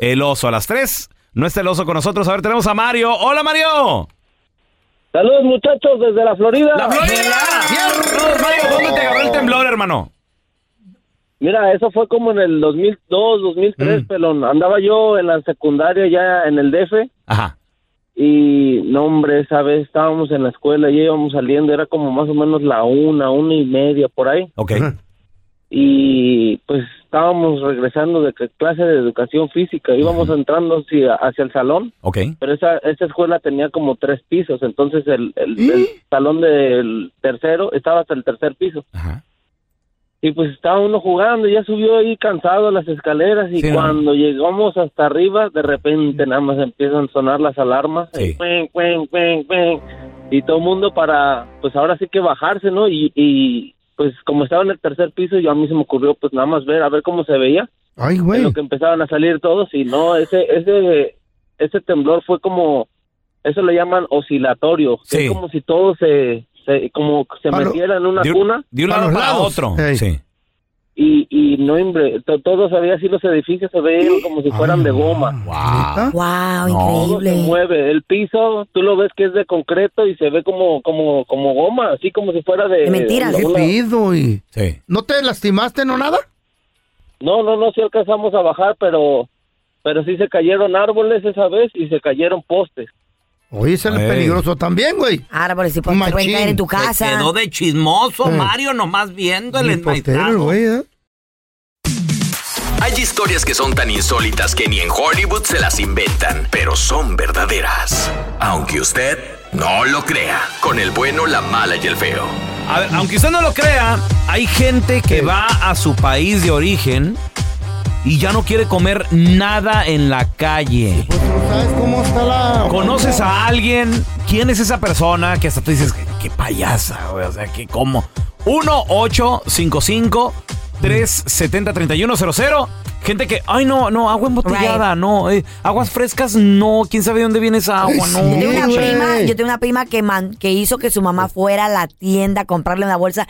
Speaker 1: El oso a las tres. No está el oso con nosotros. A ver, tenemos a Mario. ¡Hola, Mario!
Speaker 14: Saludos muchachos desde la Florida.
Speaker 1: ¡La Florida! Saludos, Mario, ¿dónde te agarró el temblor, hermano?
Speaker 14: Mira, eso fue como en el 2002, 2003,
Speaker 4: Mm.
Speaker 14: pelón. Andaba yo en la secundaria ya en el DF.
Speaker 1: Ajá.
Speaker 14: Y no, hombre, esa vez estábamos en la escuela y íbamos saliendo. Era como más o menos la una, una y media por ahí.
Speaker 1: Ok.
Speaker 14: Y pues estábamos regresando de cl- clase de educación física. Íbamos entrando hacia, hacia el salón.
Speaker 1: Ok.
Speaker 14: Pero esa, esa escuela tenía como tres pisos, entonces el, el-
Speaker 15: ¿Eh?
Speaker 14: el salón del tercero estaba hasta el tercer piso. Y pues estaba uno jugando, ya subió ahí cansado las escaleras y
Speaker 15: Sí, ¿no?
Speaker 14: cuando llegamos hasta arriba, de repente nada más empiezan a sonar las alarmas.
Speaker 15: Sí.
Speaker 14: Cuin, cuin, cuin, cuin. Y todo el mundo para, pues ahora sí que bajarse, ¿no? Y, y pues como estaba en el tercer piso, yo a mí se me ocurrió pues nada más ver, a ver cómo se veía.
Speaker 4: Ay,
Speaker 14: En
Speaker 4: güey.
Speaker 14: lo que empezaban a salir todos y no, ese, ese, ese temblor fue como, eso le llaman oscilatorio, que es como si todo se, se- como se
Speaker 1: Palo-
Speaker 14: metiera en una
Speaker 1: de un-
Speaker 14: cuna.
Speaker 1: de un lado para otro. Sí.
Speaker 14: Y, y no, hombre, to- todos había así los edificios se veían como si fueran
Speaker 1: Ah,
Speaker 14: de goma.
Speaker 1: Wow.
Speaker 2: Wow,
Speaker 14: increíble. se mueve, el piso, tú lo ves que es de concreto y se ve como, como, como goma, así como si fuera de... de
Speaker 4: ¿Qué
Speaker 14: una-
Speaker 4: pido? Y...
Speaker 1: Sí.
Speaker 4: ¿No te lastimaste, no nada?
Speaker 14: No, no, no, sí alcanzamos a bajar, pero, pero sí se cayeron árboles esa vez y se cayeron postes.
Speaker 4: Oye, ese es
Speaker 14: Ey.
Speaker 4: peligroso también, güey.
Speaker 2: Árboles y
Speaker 4: pueden
Speaker 2: pueden caer en tu casa.
Speaker 3: Quedó de chismoso,
Speaker 4: Eh.
Speaker 3: Mario, nomás viendo el
Speaker 4: Ni
Speaker 3: enmaizado.
Speaker 4: portero, güey, ¿eh?
Speaker 16: Hay historias que son tan insólitas que ni en Hollywood se las inventan, pero son verdaderas. Aunque usted no lo crea, con el bueno, la mala y el feo.
Speaker 1: A ver, aunque usted no lo crea, hay gente que va a su país de origen y ya no quiere comer nada en la calle.
Speaker 4: ¿Cómo está la...?
Speaker 1: ¿Conoces a alguien? ¿Quién es esa persona que hasta tú dices, qué payasa, güey? O sea, ¿qué, ¿cómo? 1-855-370-3100. Gente que, ay, no, no, agua embotellada, no. eh, aguas frescas, no. ¿Quién sabe de dónde viene esa agua? No.
Speaker 2: Yo tengo una prima, yo tengo una prima que, man- que hizo que su mamá fuera a la tienda a comprarle una bolsa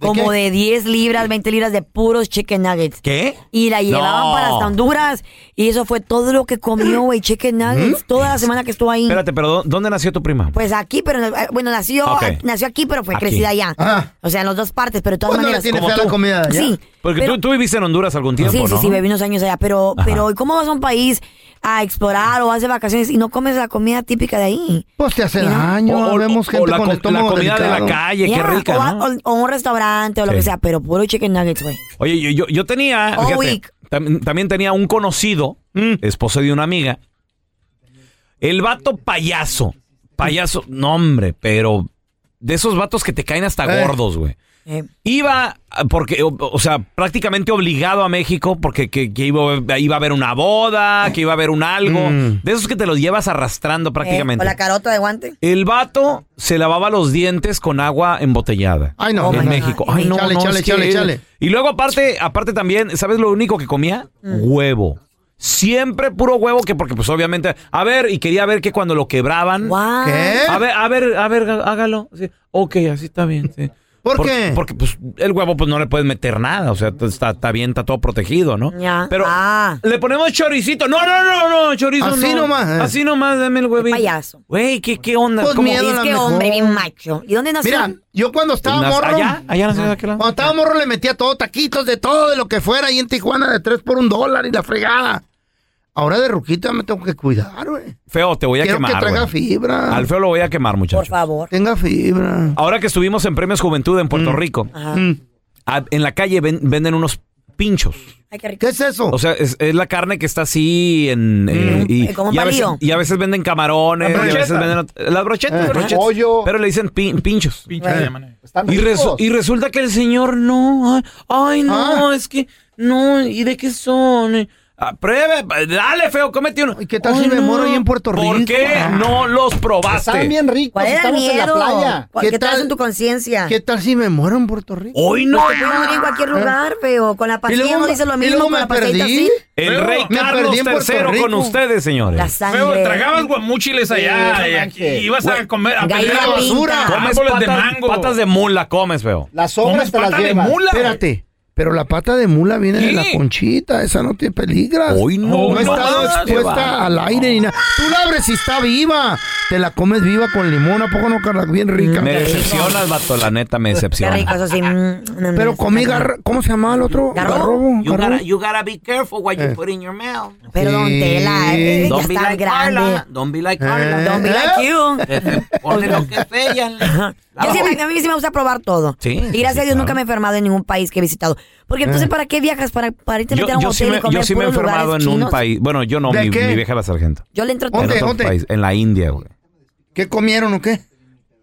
Speaker 2: como
Speaker 1: qué?
Speaker 2: de 10 libras, 20 libras de puros chicken nuggets.
Speaker 1: ¿Qué?
Speaker 2: Y la llevaban
Speaker 1: No.
Speaker 2: para hasta Honduras. Y eso fue todo lo que comió, güey, chicken nuggets, toda la semana que estuvo ahí.
Speaker 1: Espérate, ¿Mm? pero ¿dó- ¿dónde nació tu prima?
Speaker 2: Pues aquí, pero no- eh, bueno, nació,
Speaker 1: Ok.
Speaker 2: a- nació aquí, pero fue
Speaker 1: Aquí.
Speaker 2: crecida allá.
Speaker 1: Ah.
Speaker 2: O sea, en las dos partes, pero de todas
Speaker 1: Pues no le
Speaker 2: maneras.
Speaker 1: tiene Como fe a la tú. comida de allá.
Speaker 2: Sí.
Speaker 1: Porque
Speaker 2: pero-
Speaker 1: tú, tú viviste en Honduras algún tiempo,
Speaker 2: sí,
Speaker 1: ¿no?
Speaker 2: sí, sí, bebí unos años allá, pero,
Speaker 1: Ajá.
Speaker 2: pero ¿y cómo vas a un país a explorar o vas de vacaciones y no comes la comida típica de ahí?
Speaker 4: Pues te hace
Speaker 2: Mira.
Speaker 4: daño,
Speaker 1: O- o-
Speaker 4: vemos
Speaker 1: o
Speaker 4: gente
Speaker 1: la
Speaker 4: con
Speaker 1: co-
Speaker 4: el estómago
Speaker 1: la comida de la
Speaker 4: delicado.
Speaker 1: calle, qué
Speaker 2: Yeah,
Speaker 1: rica,
Speaker 2: o, a-
Speaker 1: ¿no?
Speaker 2: o- o un restaurante o lo
Speaker 1: Sí.
Speaker 2: que sea, pero puro chicken nuggets, güey.
Speaker 1: Oye, yo, yo, yo tenía.
Speaker 2: All
Speaker 1: fíjate,
Speaker 2: week.
Speaker 1: tam- también tenía un conocido, esposo de una amiga. El vato payaso. Payaso, no, hombre, pero de esos vatos que te caen hasta
Speaker 3: Eh.
Speaker 1: gordos, güey. Iba, ah, porque, o, o sea, prácticamente obligado a México porque que, que iba, iba a haber una boda, que iba a haber un algo.
Speaker 2: Mm.
Speaker 1: De esos que te los llevas arrastrando
Speaker 2: Eh,
Speaker 1: prácticamente.
Speaker 2: o la carota de guante.
Speaker 1: El vato se lavaba los dientes con agua embotellada.
Speaker 4: Ay, no,
Speaker 1: En
Speaker 4: no, no.
Speaker 1: México. Ay, no,
Speaker 4: Chale,
Speaker 1: no,
Speaker 4: chale,
Speaker 1: es que-
Speaker 4: chale, chale.
Speaker 1: Y luego aparte, aparte también, ¿sabes lo único que comía?
Speaker 4: Mm.
Speaker 1: Huevo. Siempre puro huevo que porque pues obviamente, a ver, y quería ver que cuando lo quebraban,
Speaker 2: ¿Qué?
Speaker 1: A ver, a ver, a ver, há- hágalo. Sí. Ok, así está bien. sí.
Speaker 4: ¿Por,
Speaker 1: qué? Porque pues, el huevo pues, no le puedes meter nada. O sea, t- está, está bien, está todo protegido,
Speaker 4: Mm.
Speaker 1: ¿no?
Speaker 2: Ya.
Speaker 1: Pero
Speaker 2: ah.
Speaker 1: le ponemos choricito. No, no, no, no, chorizo.
Speaker 2: Así
Speaker 1: no.
Speaker 2: nomás, eh.
Speaker 1: Así nomás, dame el huevito.
Speaker 2: payaso.
Speaker 1: Güey, ¿qué, qué onda?
Speaker 2: Pues
Speaker 1: ¿Cómo-
Speaker 2: miedo a la Es que mejor. hombre, bien macho. ¿Y dónde nació?
Speaker 4: Mira, yo cuando estaba
Speaker 1: Nas-
Speaker 4: morro.
Speaker 1: allá, allá nació de aquel lado.
Speaker 4: Cuando estaba morro le metía todo, taquitos de todo, de lo que fuera, ahí en Tijuana de tres por un dólar y la fregada. Ahora de ruquita me tengo que cuidar, güey.
Speaker 1: Feo, te voy a
Speaker 4: Quiero que
Speaker 1: quemar.
Speaker 4: traiga
Speaker 1: güey.
Speaker 4: fibra.
Speaker 1: Al feo lo voy a quemar, muchachos.
Speaker 2: favor.
Speaker 4: Tenga fibra.
Speaker 1: Ahora que estuvimos en Premios Juventud en Puerto Rico,
Speaker 2: Ajá.
Speaker 1: mm, a- en la calle ven- venden unos pinchos.
Speaker 2: Ay, qué rico.
Speaker 4: es eso?
Speaker 1: O sea, es, es la carne que está así en... eh, y,
Speaker 2: Eh, como un
Speaker 1: y a veces,
Speaker 2: palillo.
Speaker 1: y a veces venden camarones, y
Speaker 15: La
Speaker 1: a veces
Speaker 15: brocheta.
Speaker 1: venden... ot- Las brochetas,
Speaker 15: Eh,
Speaker 1: brochetas. Pero le dicen pin- pinchos. le
Speaker 15: Eh. llaman, Están
Speaker 1: Y, resu-
Speaker 15: ricos.
Speaker 1: y resulta que el señor no... Ay, ay, no,
Speaker 4: Ah.
Speaker 1: es que... No, ¿y de qué son? Eh, ah, pruebe, dale, feo, cómete uno. ¿Y qué
Speaker 4: tal si me muero ahí en Puerto
Speaker 1: ¿Por
Speaker 4: Rico?
Speaker 1: qué
Speaker 4: Ah.
Speaker 1: no los probaste?
Speaker 4: Están bien ricos,
Speaker 2: ¿Cuál era el
Speaker 4: estamos en la
Speaker 2: miedo?
Speaker 4: playa.
Speaker 2: ¿Cuál-
Speaker 4: ¿Qué
Speaker 2: ¿Qué, traes
Speaker 4: tal-
Speaker 2: en tu conciencia?
Speaker 4: ¿Qué tal si me muero en Puerto Rico?
Speaker 1: Hoy no. Ah.
Speaker 2: Pues Te puedes morir en cualquier lugar, feo. Con la
Speaker 4: Y
Speaker 2: pastilla
Speaker 4: luego
Speaker 2: no dice lo
Speaker 4: me- y
Speaker 2: mismo,
Speaker 4: luego
Speaker 2: con
Speaker 4: me
Speaker 2: la pastillita
Speaker 4: perdí.
Speaker 2: sí.
Speaker 1: El
Speaker 5: Feo,
Speaker 1: rey
Speaker 5: me
Speaker 1: Carlos
Speaker 5: perdí en Puerto
Speaker 1: III con
Speaker 5: Rico.
Speaker 1: ustedes, señores.
Speaker 2: La sangre.
Speaker 5: Feo, tragabas guamúchiles
Speaker 15: Sí,
Speaker 5: allá y
Speaker 15: no
Speaker 5: eh, aquí
Speaker 15: manches.
Speaker 5: ibas
Speaker 1: Güey,
Speaker 5: a comer a
Speaker 2: gallina
Speaker 5: pelar la
Speaker 2: pinta.
Speaker 5: basura,
Speaker 1: Comes
Speaker 5: árboles de
Speaker 1: patas,
Speaker 5: mango.
Speaker 1: patas de mula, comes, feo.
Speaker 15: Las
Speaker 5: Comes
Speaker 15: obras te las
Speaker 5: pata de
Speaker 15: llevas.
Speaker 5: mula.
Speaker 4: Espérate. Pero la pata de mula viene de
Speaker 5: Sí.
Speaker 4: la conchita, esa no te peligra.
Speaker 1: Hoy no.
Speaker 4: No
Speaker 1: Hoy
Speaker 4: está
Speaker 1: no más,
Speaker 4: expuesta
Speaker 1: Eva.
Speaker 4: al aire ni nada. Tú la abres si está viva. Te la comes viva con limón, ¿a poco no, Carla? Bien rica. Ah,
Speaker 1: Me decepcionas, vato, la neta me
Speaker 2: Qué
Speaker 1: decepciona.
Speaker 2: rico, eso sí. mm,
Speaker 4: Pero comí garra... ¿Cómo se llamaba el otro? Garrobo.
Speaker 3: You
Speaker 4: garrobo.
Speaker 3: gotta, you gotta be careful what you
Speaker 4: Eh.
Speaker 3: put in your mouth.
Speaker 2: Perdón, Tela, eh, ya
Speaker 3: Don't be
Speaker 2: está
Speaker 3: like
Speaker 2: grande.
Speaker 3: Carla. Don't be like Carla.
Speaker 2: Don't be
Speaker 1: Eh.
Speaker 2: like you.
Speaker 3: Que te pone lo que fellan.
Speaker 2: Yo siempre, a mí sí me gusta probar todo.
Speaker 1: Sí,
Speaker 2: Y
Speaker 1: sí,
Speaker 2: gracias
Speaker 1: sí,
Speaker 2: a Dios
Speaker 1: claro.
Speaker 2: nunca me he enfermado en ningún país que he visitado. Porque entonces,
Speaker 1: Eh.
Speaker 2: ¿para qué viajas? ¿Para, para irte a
Speaker 1: Yo,
Speaker 2: meter a un
Speaker 1: yo
Speaker 2: hotel
Speaker 1: sí me,
Speaker 2: y comer
Speaker 1: yo sí me he
Speaker 2: puros
Speaker 1: enfermado
Speaker 2: lugares
Speaker 1: en un
Speaker 2: chinos?
Speaker 1: país. Bueno, yo no,
Speaker 4: ¿De
Speaker 1: mi,
Speaker 4: qué?
Speaker 1: mi vieja la sargento.
Speaker 2: Yo le entro
Speaker 1: En
Speaker 4: ¿Dónde,
Speaker 1: otro
Speaker 4: dónde?
Speaker 1: país, en la India, güey.
Speaker 4: ¿Qué comieron o qué?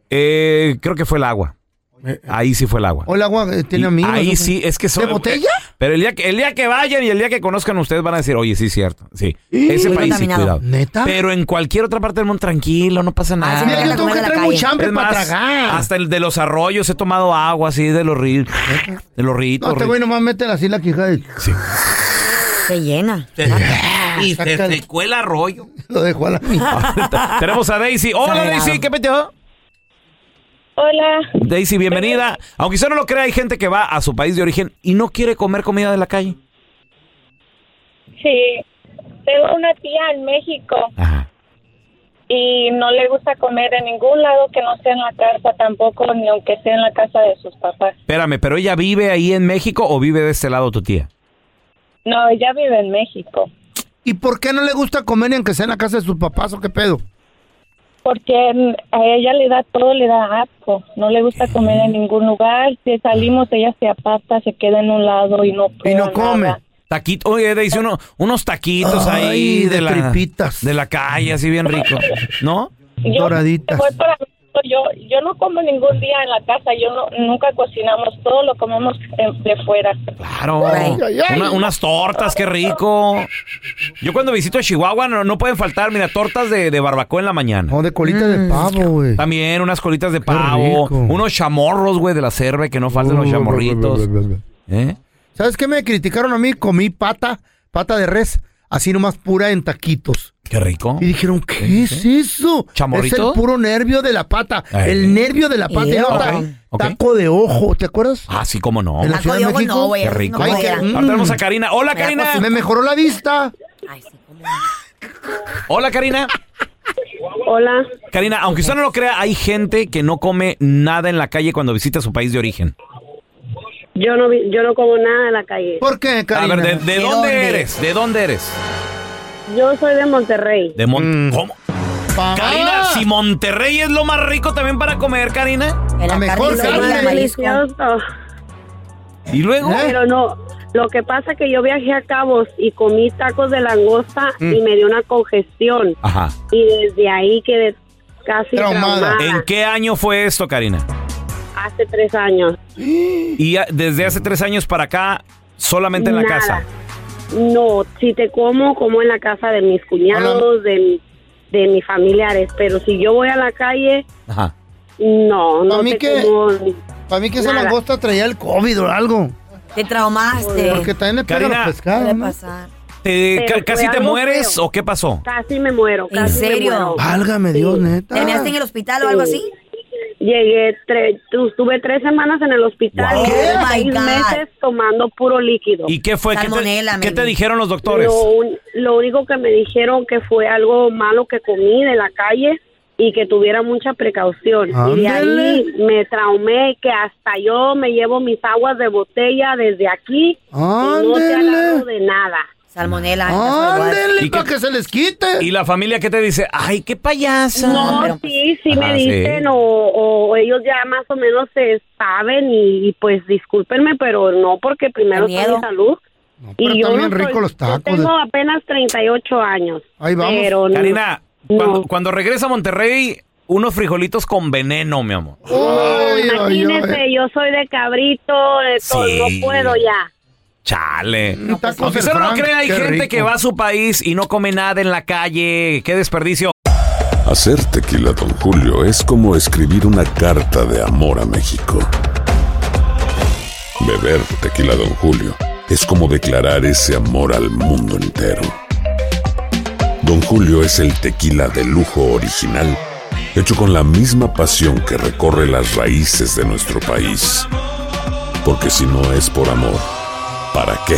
Speaker 1: Eh, creo que fue el agua. Ahí sí fue el agua.
Speaker 4: ¿O el agua eh, tiene
Speaker 1: Y
Speaker 4: amigos?
Speaker 1: Ahí
Speaker 4: ¿o qué?
Speaker 1: sí, es que son.
Speaker 4: ¿De botella?
Speaker 1: Pero el día, que, el día que vayan y el día que conozcan ustedes van a decir, oye, sí es cierto. Sí.
Speaker 4: Y-
Speaker 1: Ese
Speaker 4: Muy
Speaker 1: país sí,
Speaker 4: contaminado.
Speaker 1: cuidado.
Speaker 4: ¿Neta?
Speaker 1: Pero en cualquier otra parte del mundo, tranquilo, no pasa nada.
Speaker 2: Ah, sí,
Speaker 4: Mira,
Speaker 2: me
Speaker 4: yo
Speaker 2: encanta
Speaker 4: tengo
Speaker 2: comer de
Speaker 4: que
Speaker 2: la
Speaker 4: traer un
Speaker 2: calle.
Speaker 4: chambre
Speaker 1: Es
Speaker 4: para
Speaker 1: más,
Speaker 4: tragar.
Speaker 1: Hasta el de los arroyos he tomado agua así de los ríos. De los ríos.
Speaker 4: No, este güey nomás mete así la quijada y
Speaker 2: Se llena.
Speaker 3: Y se
Speaker 4: Saca-
Speaker 3: secó el arroyo.
Speaker 4: lo dejó a la
Speaker 1: Tenemos a Daisy. Hola,
Speaker 2: Exagerado.
Speaker 1: Daisy, ¿qué peteo?
Speaker 11: Hola.
Speaker 1: Daisy, bienvenida. Aunque usted no lo crea, hay gente que va a su país de origen y no quiere comer comida de la calle.
Speaker 11: Sí, tengo una tía en México y no le gusta comer en ningún lado que no sea en la casa tampoco, ni aunque sea en la casa de sus papás.
Speaker 1: Espérame, ¿pero ella vive ahí en México o vive de este lado tu tía?
Speaker 11: No, ella vive en México
Speaker 4: ¿Y por qué no le gusta comer ni aunque sea en la casa de sus papás o qué pedo?
Speaker 11: porque mm, a ella le da todo, le da asco. No le gusta comer en ningún lugar. Si salimos, ella se aparta, se queda en un lado y no
Speaker 4: Y
Speaker 11: prueba
Speaker 4: no come.
Speaker 11: nada.
Speaker 1: Taquito, oye, Daisy, uno- unos taquitos
Speaker 4: Ay,
Speaker 1: ahí de,
Speaker 4: de
Speaker 1: la,
Speaker 4: tripitas.
Speaker 1: de la calle, así bien rico, ¿no?
Speaker 11: Yo,
Speaker 4: Doraditas.
Speaker 11: voy para- yo, yo no como ningún día en la casa, yo no- nunca cocinamos, todo lo comemos eh, de fuera.
Speaker 1: Claro,
Speaker 2: Ay,
Speaker 4: ay, ay.
Speaker 1: Una- unas tortas, qué rico. Yo cuando visito a Chihuahua no, no pueden faltar, mira, tortas de, de barbacoa en la mañana.
Speaker 4: O Oh, de colita
Speaker 2: Mm,
Speaker 4: de pavo, güey.
Speaker 1: También unas colitas de pavo,
Speaker 4: rico.
Speaker 1: unos chamorros, güey, de la cerve, que no falten los chamorritos. ¿Eh?
Speaker 4: ¿Sabes qué me criticaron a mí? Comí pata, pata de res, así nomás pura en taquitos.
Speaker 1: Qué rico.
Speaker 4: Y dijeron, ¿qué es eso?
Speaker 1: ¿Chamorrito?
Speaker 4: Es el puro nervio de la pata.
Speaker 1: Ay.
Speaker 4: El nervio de la pata. Y
Speaker 2: Ew.
Speaker 4: luego ta-
Speaker 1: Eh, Ok, ok.
Speaker 4: Taco de ojo, ¿te acuerdas?
Speaker 1: Ah, sí, cómo no.
Speaker 4: En la
Speaker 2: Taco
Speaker 4: Ciudad
Speaker 2: de
Speaker 4: de
Speaker 2: ojo
Speaker 4: México.
Speaker 2: no, güey,
Speaker 1: Qué
Speaker 2: así
Speaker 1: rico.
Speaker 2: no
Speaker 4: Ay,
Speaker 2: voy
Speaker 4: qué-
Speaker 2: a-
Speaker 4: mm.
Speaker 1: Ahora tenemos a Karina. Hola,
Speaker 2: Me da
Speaker 1: Karina.
Speaker 2: cosita.
Speaker 4: Me mejoró la vista.
Speaker 2: Ay, sí, cómo-
Speaker 1: Hola, Karina.
Speaker 11: Hola.
Speaker 1: Karina, aunque usted no lo crea, hay gente que no come nada en la calle cuando visita su país de origen.
Speaker 11: Yo no, vi- yo no como nada en la calle.
Speaker 4: ¿Por qué,
Speaker 1: A
Speaker 4: Karina?
Speaker 1: ver, ¿de, de
Speaker 2: ¿De
Speaker 1: dónde
Speaker 2: dónde?
Speaker 1: eres? ¿De dónde eres?
Speaker 11: Yo soy de Monterrey.
Speaker 1: De Mon
Speaker 4: Mm. Ah.
Speaker 1: ¿Cómo?
Speaker 4: Pa-
Speaker 1: Karina, si Monterrey es lo más rico también para comer, Karina.
Speaker 2: en la
Speaker 4: La mejor
Speaker 2: mejor
Speaker 4: carne
Speaker 2: carne
Speaker 4: de
Speaker 2: Jalisco.
Speaker 11: Delicioso.
Speaker 1: Y luego,
Speaker 4: ¿Eh?
Speaker 11: Pero no, lo que pasa que yo viajé a Cabos y comí tacos de langosta y me dio una congestión.
Speaker 1: Mm. ajá.
Speaker 11: Y desde ahí quedé casi
Speaker 4: Traumada.
Speaker 11: traumada.
Speaker 1: ¿En qué año fue esto, Karina?
Speaker 11: Hace tres años.
Speaker 1: Y a- desde hace tres años para acá, solamente en la
Speaker 11: Nada.
Speaker 1: casa.
Speaker 11: No, si te como, como en la casa de mis cuñados, de, mi- de mis familiares. Pero si yo voy a la calle,
Speaker 1: Ajá.
Speaker 11: no,
Speaker 4: ¿A
Speaker 11: no
Speaker 4: mí
Speaker 11: te
Speaker 4: qué?
Speaker 11: como.
Speaker 4: Para mí que esa
Speaker 11: Nada.
Speaker 4: langosta traía el COVID o algo.
Speaker 2: Te traumaste.
Speaker 4: Porque también le pega
Speaker 1: Karina,
Speaker 2: Suele
Speaker 4: los pescados. ¿no?
Speaker 2: pasar.
Speaker 1: ¿Te,
Speaker 11: Pero
Speaker 1: ca- ¿Casi
Speaker 11: fue
Speaker 1: te
Speaker 11: algo
Speaker 1: mueres
Speaker 11: feo.
Speaker 1: o qué pasó?
Speaker 11: Casi me muero.
Speaker 2: ¿En
Speaker 11: casi me
Speaker 2: serio?
Speaker 4: Ah,
Speaker 11: muero.
Speaker 4: Válgame Dios, neta.
Speaker 2: ¿Terminaste en el hospital o algo así?
Speaker 11: Llegué, tres, tu- estuve tres semanas en el hospital,
Speaker 1: Wow.
Speaker 11: Estuve
Speaker 1: Oh,
Speaker 11: seis
Speaker 1: my God.
Speaker 11: meses tomando puro líquido.
Speaker 1: ¿Y qué fue? ¿Qué te, qué te dijeron los doctores?
Speaker 11: Lo, un- lo único que me dijeron que fue algo malo que comí de la calle y que tuviera mucha precaución. Y de ahí
Speaker 15: Ándele.
Speaker 11: me traumé que hasta yo me llevo mis aguas de botella desde aquí y no te
Speaker 15: Ándele.
Speaker 11: agarro de nada. Salmonela.
Speaker 1: ¿Y para que
Speaker 4: se les quite.
Speaker 1: ¿Y la familia qué te dice? ¡Ay, qué payaso!
Speaker 11: No, sí,
Speaker 6: pues,
Speaker 11: sí
Speaker 1: Ah,
Speaker 11: me
Speaker 1: sí.
Speaker 11: dicen o, o ellos ya más o menos se saben y, y pues discúlpenme, pero no porque primero
Speaker 4: Qué
Speaker 11: está
Speaker 4: miedo.
Speaker 11: mi salud.
Speaker 4: pero están bien
Speaker 11: soy-
Speaker 4: ricos los
Speaker 11: yo
Speaker 4: tacos. eh.
Speaker 11: tengo apenas 38 años. Pero no-
Speaker 1: Karina, cuando, cuando regresa a Monterrey, unos frijolitos con veneno, mi amor.
Speaker 11: Imagínese, yo soy de cabrito, de todo,
Speaker 1: Sí.
Speaker 11: no puedo ya.
Speaker 1: Chale. Aunque
Speaker 4: del
Speaker 1: usted no lo
Speaker 4: Frank,
Speaker 1: crea, hay
Speaker 4: qué
Speaker 1: gente
Speaker 4: rico.
Speaker 1: que va a su país y no come nada en la calle. ¡Qué desperdicio!
Speaker 17: Hacer tequila, Don Julio, es como escribir una carta de amor a México. Beber tequila, Don Julio, es como declarar ese amor al mundo entero. Don Julio es el tequila de lujo original, hecho con la misma pasión que recorre las raíces de nuestro país. Porque si no es por amor, ¿para qué?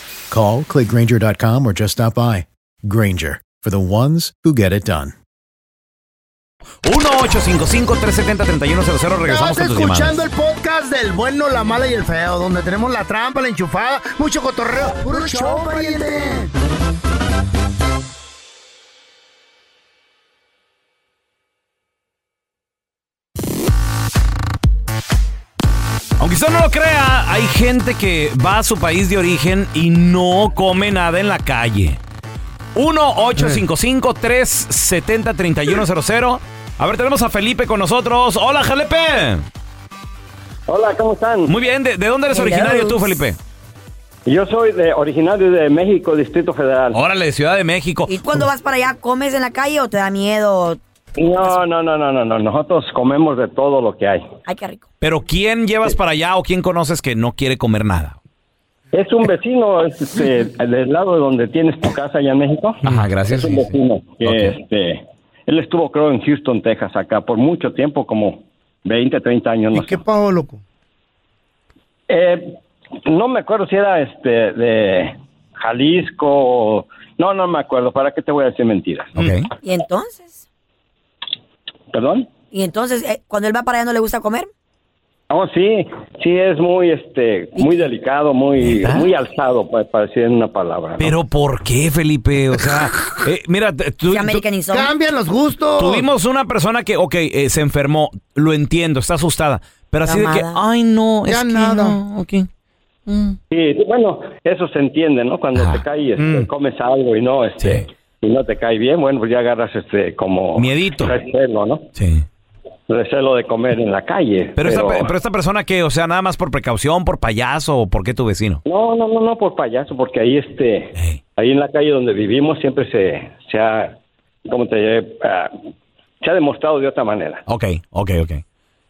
Speaker 18: Call, click Granger.com, or just stop by. Granger, for the ones who get it done.
Speaker 1: 1-855-370-3100. Regresamos con
Speaker 4: Estás
Speaker 1: tus llamadas.
Speaker 4: escuchando el podcast del bueno, la mala y el feo, donde tenemos la trampa, la enchufada, mucho cotorreo. ¡Puro show, pariente!
Speaker 1: Aunque usted no lo crea, hay gente que va a su país de origen y no come nada en la calle. 1-855-370-3100. A ver, tenemos a Felipe con nosotros. Hola, Jalepe.
Speaker 19: Hola, ¿cómo están?
Speaker 1: Muy bien, ¿de, de dónde eres
Speaker 19: Hello.
Speaker 1: originario tú, Felipe?
Speaker 19: Yo soy de, originario de México, Distrito Federal.
Speaker 1: Órale, de Ciudad de México.
Speaker 2: ¿Y cuando vas para allá, comes en la calle o te da miedo?
Speaker 19: No, no, no, no, no, no. Nosotros comemos de todo lo que hay.
Speaker 2: Ay, qué rico.
Speaker 1: Pero ¿quién llevas para allá o quién conoces que no quiere comer nada?
Speaker 19: Es un vecino es, este, del lado donde tienes tu casa allá en México.
Speaker 1: Ajá, gracias.
Speaker 19: Es un vecino que, este, él estuvo creo en Houston, Texas, acá por mucho tiempo, como 20, 30 años. No, sé.
Speaker 4: ¿Qué pavo, loco?
Speaker 19: Eh, no me acuerdo si era este de Jalisco o... No, no me acuerdo. ¿Para qué te voy a decir mentiras?
Speaker 2: ¿Y entonces?
Speaker 19: ¿Perdón?
Speaker 2: ¿Y entonces eh, cuando él va para allá no le gusta comer?
Speaker 19: Oh, sí, sí, es muy, este, muy delicado, muy, muy alzado, pa- para decir en una palabra. ¿no?
Speaker 1: Pero ¿por qué, Felipe? O sea, eh, mira, t- tú,
Speaker 2: americanizó.
Speaker 4: Cambian los gustos.
Speaker 1: Tuvimos una persona que, ok, eh, se enfermó, lo entiendo, está asustada, pero así de que,
Speaker 19: Traumada.
Speaker 1: ay, no, es
Speaker 19: Ya
Speaker 1: que
Speaker 19: nada.
Speaker 1: no, ok.
Speaker 19: Sí, bueno, eso se entiende, ¿no? Cuando
Speaker 1: Ah.
Speaker 19: te caes,
Speaker 1: Mm.
Speaker 19: comes algo y no, este, y no te cae bien, bueno, pues ya agarras, este, como... Miedito. Recelo, ¿no?
Speaker 1: Sí.
Speaker 19: Recelo de comer en la calle.
Speaker 1: Pero, esta, pe- pero esta persona que, o sea, nada más por precaución, por payaso, o por qué tu vecino.
Speaker 19: No, no, no, no, por payaso, porque ahí, este, ahí en la calle donde vivimos siempre se, se ha, ¿cómo te diré? Ah, se ha demostrado de otra manera.
Speaker 1: Ok, ok, ok.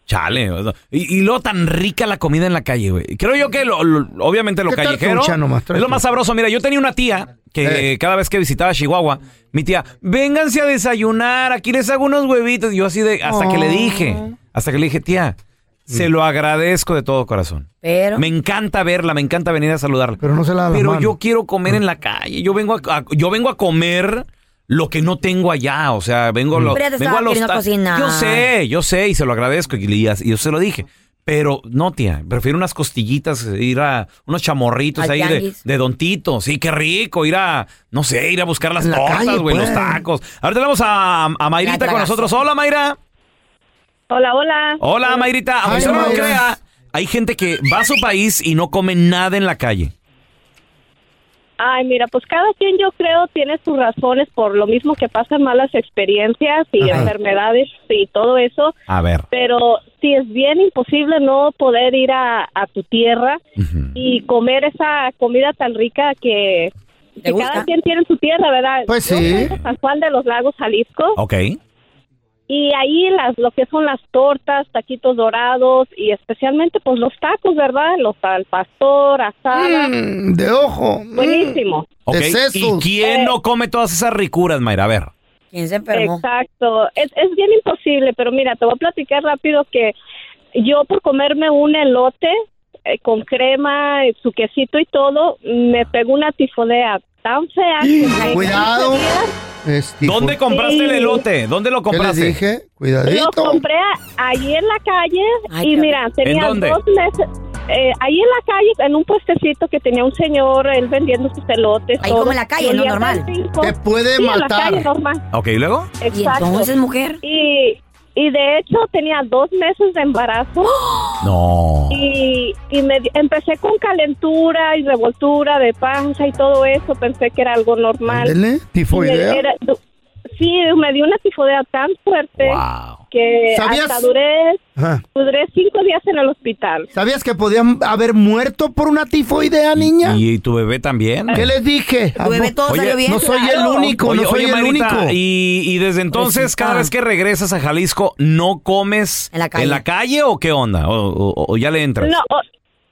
Speaker 1: Chale. o sea, Y, y luego tan rica la comida en la calle, güey. Creo yo que, lo- lo- obviamente, lo
Speaker 4: ¿Qué tal
Speaker 1: callejero
Speaker 4: trucha Eh. nomás?
Speaker 1: es lo más sabroso. Mira, yo tenía una tía que cada vez que visitaba Chihuahua, mi tía, vénganse a desayunar, aquí les hago unos huevitos. Y yo así de, hasta que le
Speaker 2: Oh.
Speaker 1: dije, hasta que le dije, tía, se
Speaker 4: Mm.
Speaker 1: lo agradezco de todo corazón.
Speaker 2: Pero
Speaker 1: Me encanta verla, me encanta venir a saludarla.
Speaker 4: Pero no se la da la
Speaker 1: Pero
Speaker 4: mano.
Speaker 1: yo quiero comer en la calle. Yo vengo a, a- yo vengo a comer lo que no tengo allá. O sea, vengo, lo,
Speaker 2: Mm. Pero te
Speaker 1: vengo a
Speaker 2: estaba
Speaker 1: los...
Speaker 2: queriendo
Speaker 1: ta-
Speaker 2: cocinar.
Speaker 1: Yo sé, yo sé, y se lo agradezco, y, y as- y yo se lo dije. Pero no, tía, prefiero unas costillitas, ir a unos chamorritos
Speaker 2: Al
Speaker 1: ahí de,
Speaker 2: tianguis.
Speaker 1: de Don Tito. Sí, qué rico, ir a, no sé, ir a buscar las
Speaker 2: En la calle,
Speaker 1: tortas, güey, los
Speaker 2: pues.
Speaker 1: tacos. Ahora tenemos a, a Mayrita con nosotros. Hola, Mayra.
Speaker 11: Hola, hola.
Speaker 1: Hola, Mayrita. Aunque
Speaker 11: Ay,
Speaker 1: usted no lo
Speaker 11: Mayra.
Speaker 1: crea, hay gente que va a su país y no come nada en la calle.
Speaker 11: Ay, mira, pues cada quien yo creo tiene sus razones por lo mismo que pasan malas experiencias y
Speaker 1: Ajá.
Speaker 11: enfermedades y todo eso.
Speaker 1: A ver.
Speaker 11: Pero sí es bien imposible no poder ir a, a tu tierra y comer esa comida tan rica que, que cada quien tiene en su tierra, ¿verdad?
Speaker 4: Pues
Speaker 11: Yo
Speaker 4: sí.
Speaker 11: soy de San Juan de los Lagos, Jalisco.
Speaker 1: Ok.
Speaker 11: Y ahí las, lo que son las tortas, taquitos dorados y especialmente pues los tacos, ¿verdad? Los al pastor, asada.
Speaker 1: Mm.
Speaker 4: de ojo.
Speaker 11: Buenísimo.
Speaker 1: Ok, ¿Y quién no come todas esas ricuras, Mayra? A ver.
Speaker 11: ¿Quién se Exacto. Es, es bien imposible, pero mira, te voy a platicar rápido que yo por comerme un elote eh, con crema, eh, su quesito y todo, me pegó una tifodea tan fea. que me-
Speaker 4: Cuidado. Este,
Speaker 1: ¿Dónde compraste
Speaker 11: Sí.
Speaker 1: el elote? ¿Dónde lo compraste?
Speaker 4: dije?
Speaker 11: Lo compré a- ahí en la calle y mira, tenía
Speaker 1: dónde?
Speaker 11: dos meses. eh, ahí en la calle, en un puestecito que tenía un señor, él vendiendo sus elotes.
Speaker 2: Ahí como en la calle,
Speaker 11: y
Speaker 2: ¿no?
Speaker 11: olía tan
Speaker 2: Normal.
Speaker 11: rico.
Speaker 2: Te puede
Speaker 11: Sí, en la
Speaker 2: matar.
Speaker 11: calle, normal.
Speaker 1: Ok, ¿y luego?
Speaker 11: Exacto.
Speaker 2: entonces,
Speaker 11: mujer? Y, y de hecho tenía dos meses de embarazo. ¡Oh!
Speaker 1: No.
Speaker 11: Y, y me, di- empecé con calentura y revoltura de panza y todo eso. Pensé que era algo normal.
Speaker 4: Ándele, tifoidea.
Speaker 11: Y me- era- du- sí, me dio una tifoidea tan fuerte que
Speaker 4: ¿Sabías?
Speaker 11: hasta duré,
Speaker 4: Ajá.
Speaker 11: duré cinco días en el hospital.
Speaker 4: ¿Sabías que podían haber muerto por una
Speaker 1: Mm,
Speaker 4: tifoidea, niña?
Speaker 1: ¿Y tu bebé también?
Speaker 4: ¿Qué les dije?
Speaker 1: Tu bebé todo salió bien,
Speaker 4: No soy el
Speaker 1: claro.
Speaker 4: único,
Speaker 1: Oye,
Speaker 4: no soy
Speaker 1: oye,
Speaker 4: el
Speaker 1: Mayrita,
Speaker 4: único.
Speaker 1: Y, y desde entonces,
Speaker 4: Pobrecita.
Speaker 1: cada vez que regresas a Jalisco, ¿no comes en la
Speaker 11: calle.
Speaker 1: calle o qué onda? ¿O, o- o ya le entras?
Speaker 11: No, o-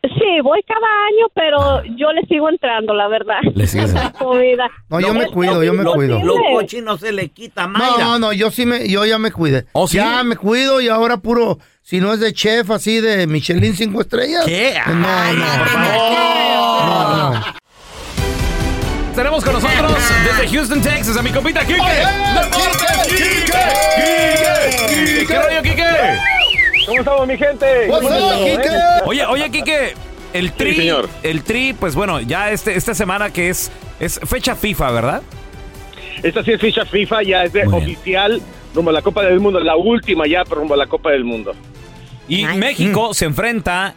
Speaker 11: sí, voy cada año, pero yo le sigo entrando, la verdad.
Speaker 1: Le sigues.
Speaker 11: Esa comida.
Speaker 4: No, yo me cuido, yo me
Speaker 11: Lo-
Speaker 4: cuido.
Speaker 11: lo
Speaker 3: cochino se le quita, Mayra.
Speaker 4: No, no, yo sí me, yo ya me cuidé.
Speaker 1: ¿Oh,
Speaker 3: sí?
Speaker 4: Ya me cuido y ahora puro, si no es de chef así de Michelin cinco estrellas. ¿Qué? No, no, no, no.
Speaker 1: Tenemos con nosotros desde Houston, Texas, a mi compita Kike. ¡Deportes, Kike! ¡Kike! ¿Qué rollo, Kike?
Speaker 15: ¿Cómo estamos, mi gente? ¿Cómo estamos, eh?
Speaker 1: Oye, oye, Kike, el tri,
Speaker 15: señor.
Speaker 1: el tri, pues bueno, ya este, esta semana que es, es fecha FIFA, ¿verdad?
Speaker 15: Esta sí es ficha FIFA, ya es de oficial rumbo a la Copa del Mundo, la última ya rumbo a la Copa del Mundo.
Speaker 1: Y
Speaker 4: Mm.
Speaker 1: México se enfrenta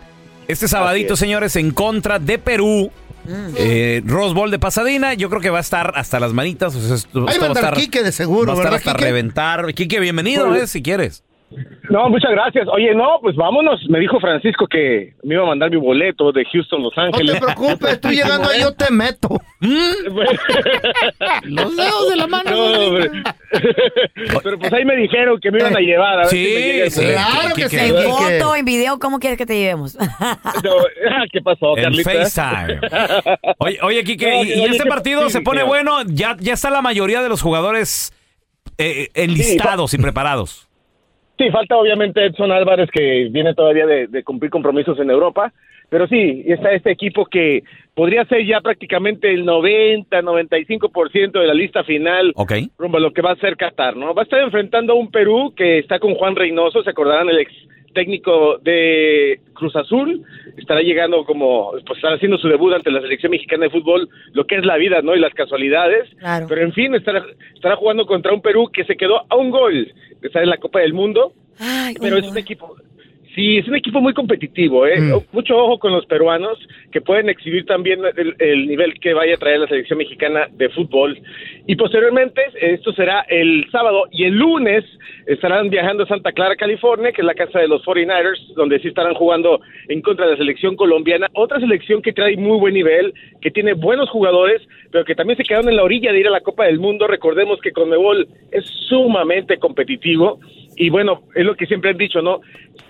Speaker 1: este sabadito, señores, en contra de Perú. Eh, Rose Bowl de Pasadena, yo creo que va a estar hasta las manitas. o sea, esto-
Speaker 4: Ahí
Speaker 1: esto
Speaker 4: va a
Speaker 1: va a
Speaker 4: andar
Speaker 1: estar-
Speaker 4: Quique de seguro,
Speaker 1: Va a estar
Speaker 4: ¿verdad,
Speaker 1: hasta
Speaker 4: Quique?
Speaker 1: reventar. Quique, bienvenido,
Speaker 15: Oye.
Speaker 1: eh, si quieres.
Speaker 15: No, muchas gracias. Oye, no, pues vámonos. Me dijo Francisco que me iba a mandar mi boleto de Houston, Los Ángeles.
Speaker 4: No te preocupes, tú llegando ahí yo te meto.
Speaker 1: ¿Mm?
Speaker 4: Los dedos de la mano.
Speaker 15: No, hombre. Pero pues ahí me dijeron que me iban a llevar. A ver
Speaker 1: Sí,
Speaker 15: si me llega el
Speaker 1: sí,
Speaker 15: boleto.
Speaker 1: claro que sí,
Speaker 2: En foto, en video, ¿cómo quieres que te llevemos?
Speaker 15: Ah, ¿Qué pasó,
Speaker 1: En
Speaker 15: Carlita?
Speaker 1: FaceTime. Oye, oye Quique,
Speaker 15: Oh, No,
Speaker 1: y,
Speaker 15: que-
Speaker 1: y
Speaker 15: oye,
Speaker 1: este
Speaker 15: que-
Speaker 1: partido
Speaker 15: sí,
Speaker 1: se pone
Speaker 15: señor.
Speaker 1: bueno. Ya, ya está la mayoría de los jugadores eh, enlistados y preparados.
Speaker 15: Sí, falta obviamente Edson Álvarez que viene todavía de, de cumplir compromisos en Europa, pero sí, está este equipo que podría ser ya prácticamente el 90-95% de la lista final
Speaker 1: Ok.
Speaker 15: rumbo a lo que va a ser Qatar, ¿no? Va a estar enfrentando a un Perú que está con Juan Reynoso, se acordarán el ex técnico de Cruz Azul, estará llegando como, pues estará haciendo su debut ante la selección mexicana de fútbol, lo que es la vida, ¿no? Y las casualidades.
Speaker 2: Claro.
Speaker 15: Pero en fin, estará, estará jugando contra un Perú que se quedó a un gol de estar en la Copa del Mundo. pero es un equipo, sí, es un equipo muy competitivo, ¿eh? Mucho ojo con los peruanos que pueden exhibir también el, el nivel que vaya a traer la selección mexicana de fútbol. Y posteriormente, esto será el sábado y el lunes estarán viajando a Santa Clara, California, que es la casa de los 49ers, donde sí estarán jugando en contra de la selección colombiana. Otra selección que trae muy buen nivel, que tiene buenos jugadores, pero que también se quedaron en la orilla de ir a la Copa del Mundo. Recordemos que Conmebol es sumamente competitivo. Y bueno, es lo que siempre han dicho, ¿no?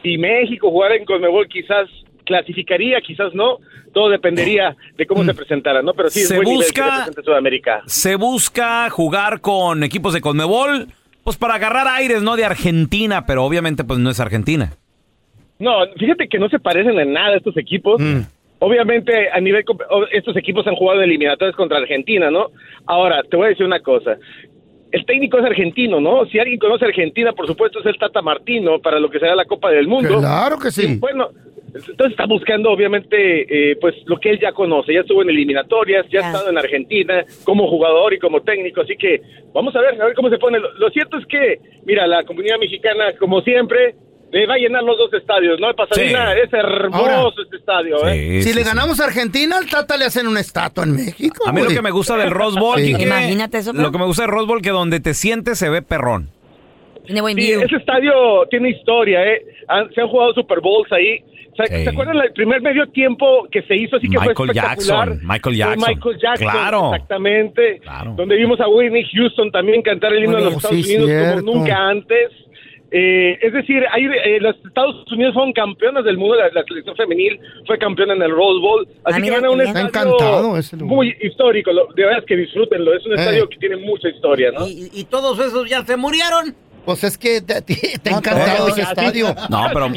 Speaker 15: Si México jugara en Conmebol, quizás clasificaría, quizás no. Todo dependería de cómo se presentara, ¿no? Pero sí, es
Speaker 1: Mm. Se
Speaker 15: buen nivel que
Speaker 1: busca-
Speaker 15: representa Sudamérica.
Speaker 1: Se busca jugar con equipos de Conmebol, pues para agarrar aires, ¿no? De Argentina, pero obviamente pues no es Argentina.
Speaker 15: No, fíjate que no se parecen en nada estos equipos.
Speaker 4: Mm.
Speaker 15: Obviamente, a nivel. comp- o- Estos equipos han jugado eliminatorias contra Argentina, ¿no? Ahora, te voy a decir una cosa. el técnico es argentino, ¿no? Si alguien conoce a Argentina, por supuesto es el Tata Martino para lo que será la Copa del Mundo.
Speaker 4: Claro que sí.
Speaker 15: Y, bueno, entonces está buscando obviamente eh, pues lo que él ya conoce, ya estuvo en eliminatorias, ya ha estado en Argentina como jugador y como técnico, así que vamos a ver, a ver cómo se pone. Lo, lo cierto es que, mira, la comunidad mexicana, como siempre, le va a llenar los dos estadios, ¿no? Pasadena es hermoso
Speaker 4: Ahora.
Speaker 15: este estadio, ¿eh?
Speaker 4: si le ganamos a Argentina, al Tata le hacen una estatua en México.
Speaker 1: A mí lo
Speaker 4: güey.
Speaker 1: que me gusta del Rose Bowl,
Speaker 4: Sí.
Speaker 1: Quique, Lo que me gusta del Rose Bowl, que donde te sientes se ve perrón.
Speaker 15: Sí, ese estadio tiene historia, ¿eh? Han- se han jugado Super Bowls ahí. ¿Se,
Speaker 1: Sí.
Speaker 15: se acuerdan el primer medio tiempo que se hizo así que fue
Speaker 1: Michael
Speaker 15: espectacular?
Speaker 1: Jackson, Michael
Speaker 15: Fue
Speaker 1: Jackson.
Speaker 15: Michael Jackson,
Speaker 1: Claro.
Speaker 15: exactamente. Donde vimos a Whitney Houston también cantar el himno de los
Speaker 1: Bueno,
Speaker 15: Estados
Speaker 1: sí,
Speaker 15: Unidos
Speaker 1: cierto.
Speaker 15: como nunca antes. Eh, es decir, ahí, eh, los Estados Unidos fueron campeonas del mundo, la, la selección femenil fue campeona en el Rose Bowl,
Speaker 3: Ah,
Speaker 15: así que van a un
Speaker 4: Está
Speaker 15: estadio
Speaker 4: encantado ese lugar.
Speaker 15: muy histórico, lo- de verdad es que disfrútenlo, es un
Speaker 4: Eh.
Speaker 15: estadio que tiene mucha historia, ¿no?
Speaker 3: ¿Y todos esos ya se murieron?
Speaker 4: Pues es que te, te- te ha encantado ese estadio.
Speaker 1: No, pero,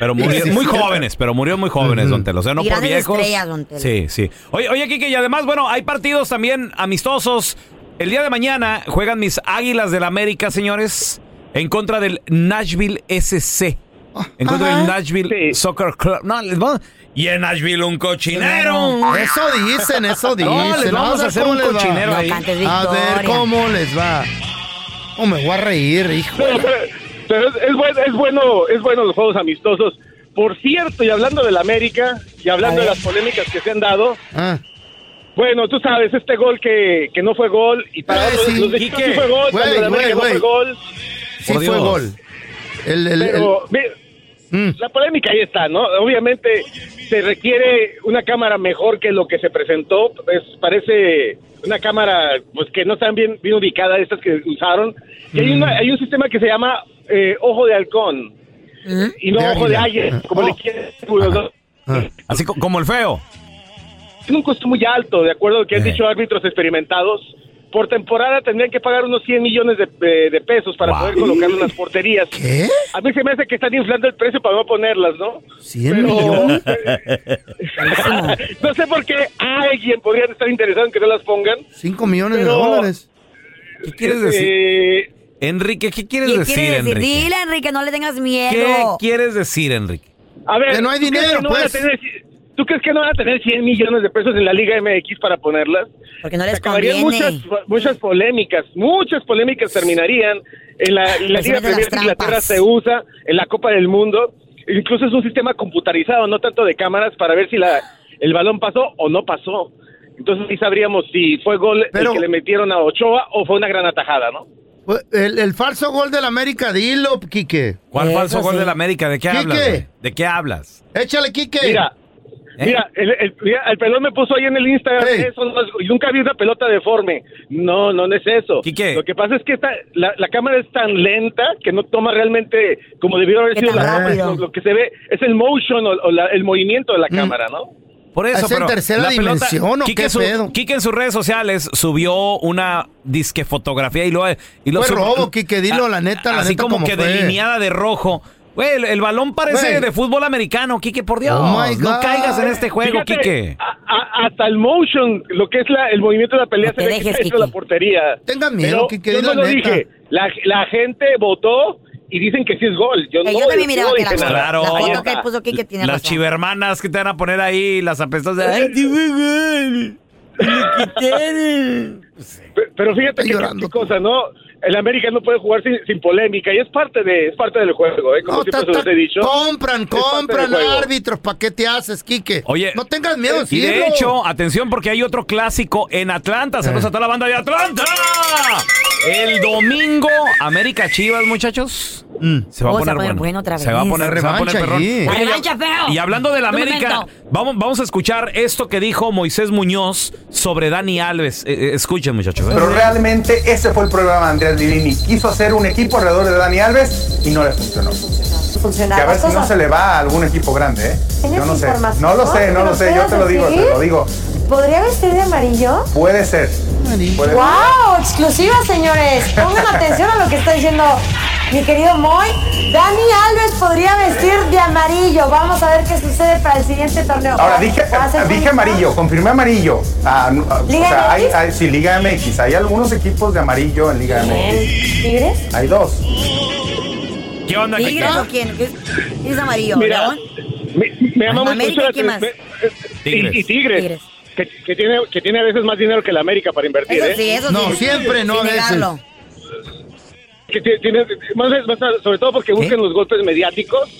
Speaker 1: pero murió- muy jóvenes, pero murió muy jóvenes, don Telo. O sea, no
Speaker 4: Y
Speaker 1: por
Speaker 4: grandes
Speaker 1: viejos.
Speaker 4: estrellas, don Telo.
Speaker 1: Sí, sí. Oye, oye, Kike, y además, bueno, hay partidos también amistosos. El día de mañana juegan mis Águilas del América, señores, en contra del Nashville SC. En contra del Nashville Soccer Club. No, les vamos- Y en Nashville un cochinero.
Speaker 4: Eso dicen, eso dicen.
Speaker 1: No, les vamos
Speaker 4: Vamos
Speaker 1: a
Speaker 4: ver
Speaker 1: hacer
Speaker 4: cómo
Speaker 1: un
Speaker 4: les va.
Speaker 1: cochinero
Speaker 4: No
Speaker 1: ahí.
Speaker 4: cantes A ver cómo les va. Oh, me voy a reír, hijo.
Speaker 15: Pero, pero- pero es, es bueno, es bueno, es bueno los juegos amistosos. Por cierto, y hablando del América y hablando de las polémicas que se han dado,
Speaker 4: Ah.
Speaker 15: bueno, tú sabes este gol que, que no fue gol y para otros, los de Chivas sí fue gol, para el
Speaker 4: Güey,
Speaker 15: América
Speaker 4: güey,
Speaker 15: no fue
Speaker 4: güey.
Speaker 15: gol.
Speaker 4: Sí fue gol. El- el-
Speaker 15: Pero,
Speaker 4: el-
Speaker 15: mira, La polémica ahí está, ¿no? Obviamente se requiere una cámara mejor que lo que se presentó. Es, parece una cámara pues que no están bien, bien ubicada, estas que usaron. Y hay, una- hay un sistema que se llama eh, ojo de halcón y no
Speaker 1: De
Speaker 15: ojo de
Speaker 1: águila.
Speaker 15: águila, como
Speaker 1: Oh.
Speaker 15: le quieren decir los dos.
Speaker 1: Así co- como el feo. Eh.
Speaker 15: Tiene un costo muy alto, de acuerdo a lo que han dicho árbitros experimentados. Por temporada tendrían que pagar unos 100 millones de, de- de pesos para poder colocar unas porterías. A mí se me hace que están inflando el precio para no ponerlas, ¿no?
Speaker 4: 100
Speaker 15: Pero-
Speaker 4: millones.
Speaker 19: eh,
Speaker 15: no sé por qué alguien podría estar interesado en que no las pongan.
Speaker 4: 5 millones de
Speaker 15: Pero-
Speaker 4: dólares.
Speaker 1: ¿Qué quieres decir?
Speaker 15: Eh,
Speaker 1: Enrique, ¿qué quieres
Speaker 2: ¿Qué
Speaker 1: decir,
Speaker 2: quieres decir?
Speaker 1: Enrique?
Speaker 2: Dile, Enrique, no le tengas miedo.
Speaker 1: ¿Qué quieres decir, Enrique?
Speaker 15: a ver,
Speaker 4: Que no hay
Speaker 15: ¿tú crees
Speaker 4: dinero,
Speaker 15: que no van a
Speaker 4: pues.
Speaker 15: tener- ¿Tú crees que no van a tener 100 millones de pesos en la Liga MX para ponerlas?
Speaker 2: Porque no les
Speaker 15: Se acabarían
Speaker 2: conviene.
Speaker 15: Muchas, muchas polémicas, muchas polémicas terminarían. En la, en la
Speaker 2: Pues
Speaker 15: Liga
Speaker 2: mete las
Speaker 15: Premier de Inglaterra
Speaker 2: trampas.
Speaker 15: se usa, en la Copa del Mundo. Incluso es un sistema computarizado, no tanto de cámaras, para ver si la, el balón pasó o no pasó. Entonces ahí sabríamos si fue gol el que le metieron a Ochoa o fue una gran atajada, ¿no?
Speaker 4: El, el falso gol del América, dilo, Quique.
Speaker 1: ¿Cuál falso gol de la América? ¿De qué
Speaker 4: Quique.
Speaker 1: hablas? güey? ¿De qué hablas? ¿Eh?
Speaker 4: Échale, Quique.
Speaker 15: Mira, mira, el, el- mira, el pelón me puso ahí en el Instagram, eso no es- y nunca vi una pelota deforme. No, no, no es eso. Lo que pasa es que esta, la, la cámara es tan lenta que no toma realmente como debió haber
Speaker 1: Qué
Speaker 15: sido
Speaker 1: tan
Speaker 15: la cámara.
Speaker 1: rápido.
Speaker 15: Lo, lo que se ve es el motion o, o la- el movimiento de la cámara, ¿no?
Speaker 1: Mm. Por eso, pero la pelota- Quique en su-
Speaker 15: pedo?
Speaker 1: Quique en sus redes sociales subió una disque fotografía y lo y lo
Speaker 4: Fue
Speaker 1: sub-
Speaker 4: robo, Quique, dilo,
Speaker 1: Ah,
Speaker 4: la neta, la
Speaker 1: así
Speaker 4: neta,
Speaker 1: como
Speaker 4: como
Speaker 1: que
Speaker 4: fue.
Speaker 1: delineada de rojo. Güey, el, el balón parece
Speaker 4: Güey.
Speaker 1: de fútbol americano, Quique, por Dios.
Speaker 4: Oh my
Speaker 1: no
Speaker 4: God.
Speaker 1: caigas en este juego,
Speaker 15: Fíjate,
Speaker 1: Quique.
Speaker 15: a- a- hasta el motion, lo que es la- el movimiento de la pelea, se ve que está hecho la portería.
Speaker 4: Tengan miedo,
Speaker 15: Pero
Speaker 4: Quique,
Speaker 15: yo
Speaker 4: di
Speaker 15: no
Speaker 4: la
Speaker 15: lo
Speaker 4: neta.
Speaker 15: dije. La, la gente votó y dicen que sí es gol. Yo,
Speaker 2: Eh,
Speaker 15: no,
Speaker 2: yo también
Speaker 15: yo
Speaker 2: miraba
Speaker 15: no
Speaker 2: que
Speaker 15: dije
Speaker 2: la-
Speaker 15: nada.
Speaker 1: Claro.
Speaker 2: La
Speaker 1: Ahí
Speaker 2: foto que
Speaker 1: está.
Speaker 2: puso Kike tiene
Speaker 1: Las
Speaker 2: razón.
Speaker 1: chivermanas que te van a poner ahí, las apestas de... "Ay,
Speaker 15: Pe- Pero fíjate que qué cosa, ¿no? El América no puede jugar sin, sin polémica y es parte de es parte del juego, ¿eh? Como
Speaker 4: No, ta-
Speaker 15: siempre se los
Speaker 4: ta-
Speaker 15: he dicho.
Speaker 4: Compran,
Speaker 15: Es parte del
Speaker 4: compran
Speaker 15: juego.
Speaker 4: árbitros. ¿Para qué te haces, Quique?
Speaker 1: Oye,
Speaker 4: No tengas miedo,
Speaker 1: Y de
Speaker 4: decirlo. Eh.
Speaker 1: hecho, atención porque hay otro clásico en Atlanta. Saludos a toda la banda de Atlanta. El domingo, América Chivas, muchachos.
Speaker 4: Mm.
Speaker 1: Se va a
Speaker 2: Oh,
Speaker 1: poner, bueno.
Speaker 2: otra vez.
Speaker 1: Se va a poner, se va a poner perrón.
Speaker 2: La
Speaker 1: Oye,
Speaker 2: revancha, feo.
Speaker 1: y hablando del
Speaker 2: Tu
Speaker 1: América,
Speaker 2: momento.
Speaker 1: vamos, vamos a escuchar esto que dijo Moisés Muñoz sobre Dani Alves. Eh, eh, escuchen, muchachos. eh.
Speaker 10: Pero realmente ese fue el programa de Andrés Lilini. Quiso hacer un equipo alrededor de Dani Alves y no le funcionó. Que a ver si no se le va a algún equipo grande, ¿eh? Yo no sé. No lo sé, no lo sé. Yo te lo digo, te lo digo.
Speaker 6: ¿Podría vestir de amarillo?
Speaker 10: Puede ser. Puede ser.
Speaker 6: ¡Wow! Exclusiva, señores. Pongan atención a lo que está diciendo mi querido Moy. Dani Alves los podría vestir de amarillo. Vamos a ver qué sucede para el siguiente torneo.
Speaker 10: Ahora, dije,
Speaker 6: Va a ser
Speaker 10: dije
Speaker 6: bonito.
Speaker 10: amarillo, confirmé amarillo. Ah, no, ah,
Speaker 6: ¿Liga
Speaker 10: o sea, hay,
Speaker 6: MX?
Speaker 10: hay- sí, Liga MX. Hay algunos equipos de amarillo en Liga MX.
Speaker 6: ¿Tigres?
Speaker 10: Hay dos.
Speaker 1: ¿Qué onda,
Speaker 2: ¿Tigres o quién? ¿Qué es- ¿Quién es amarillo?
Speaker 15: Mira,
Speaker 2: ¿León?
Speaker 15: Me llama mucho
Speaker 2: América,
Speaker 15: la
Speaker 2: ¿quién más?
Speaker 15: atención- Y, y Tigres.
Speaker 2: Tigres.
Speaker 15: Que, que tiene, que tiene a veces más dinero que la América para invertir.
Speaker 2: Eso
Speaker 15: ¿eh?
Speaker 2: sí, eso sí. Sin negarlo.
Speaker 15: que tie- tiene- más, más- sobre todo porque buscan los golpes mediáticos.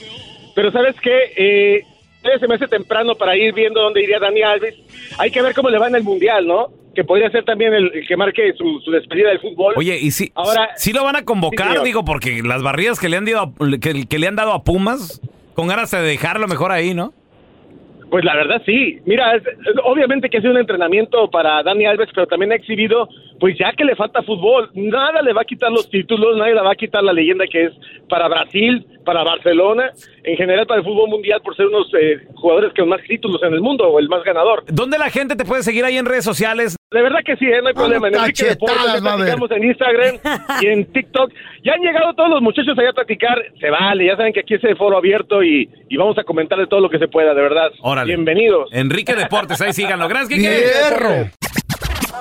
Speaker 15: Pero ¿sabes qué? Eh, todavía se me hace temprano para ir viendo dónde iría Dani Alves. Hay que ver cómo le va en el Mundial, ¿no? Que podría ser también el, el que marque su, su despedida del fútbol.
Speaker 1: Oye, ¿y si,
Speaker 15: Ahora-
Speaker 1: si lo van a
Speaker 15: Sí,
Speaker 1: convocar?
Speaker 15: señor.
Speaker 1: digo, porque las barridas que le han, dado a- que, que le han dado a Pumas, con ganas de dejarlo mejor ahí, ¿no?
Speaker 15: Pues la verdad sí. Mira, es- es- obviamente que ha sido un entrenamiento para Dani Alves, pero también ha exhibido, pues ya que le falta fútbol, nada le va a quitar los títulos, nadie le va a quitar la leyenda que es para Brasil, para Barcelona, en general para el fútbol mundial por ser unos eh, jugadores con más títulos en el mundo o el más ganador.
Speaker 1: ¿Dónde la gente te puede seguir ahí en redes sociales?
Speaker 15: De verdad que sí, ¿eh? no hay problema. En Enrique Deportes,
Speaker 1: cachetadas
Speaker 15: ahí
Speaker 1: va a haber.
Speaker 15: platicamos en Instagram y en TikTok. Ya han llegado todos los muchachos allá a platicar. Se vale, ya saben que aquí es el foro abierto y, y vamos a comentar de todo lo que se pueda, de verdad. Bienvenidos.
Speaker 1: Enrique Deportes, ahí síganlo. Gracias, Kike.
Speaker 2: ¡Fierro!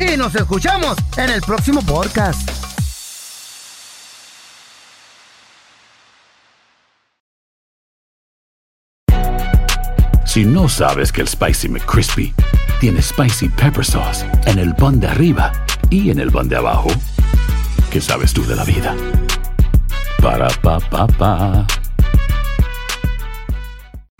Speaker 4: Y nos escuchamos en el próximo podcast.
Speaker 7: Si no sabes que el Spicy McCrispy tiene Spicy Pepper Sauce en el pan de arriba y en el pan de abajo, ¿qué sabes tú de la vida? Para, pa, pa, pa.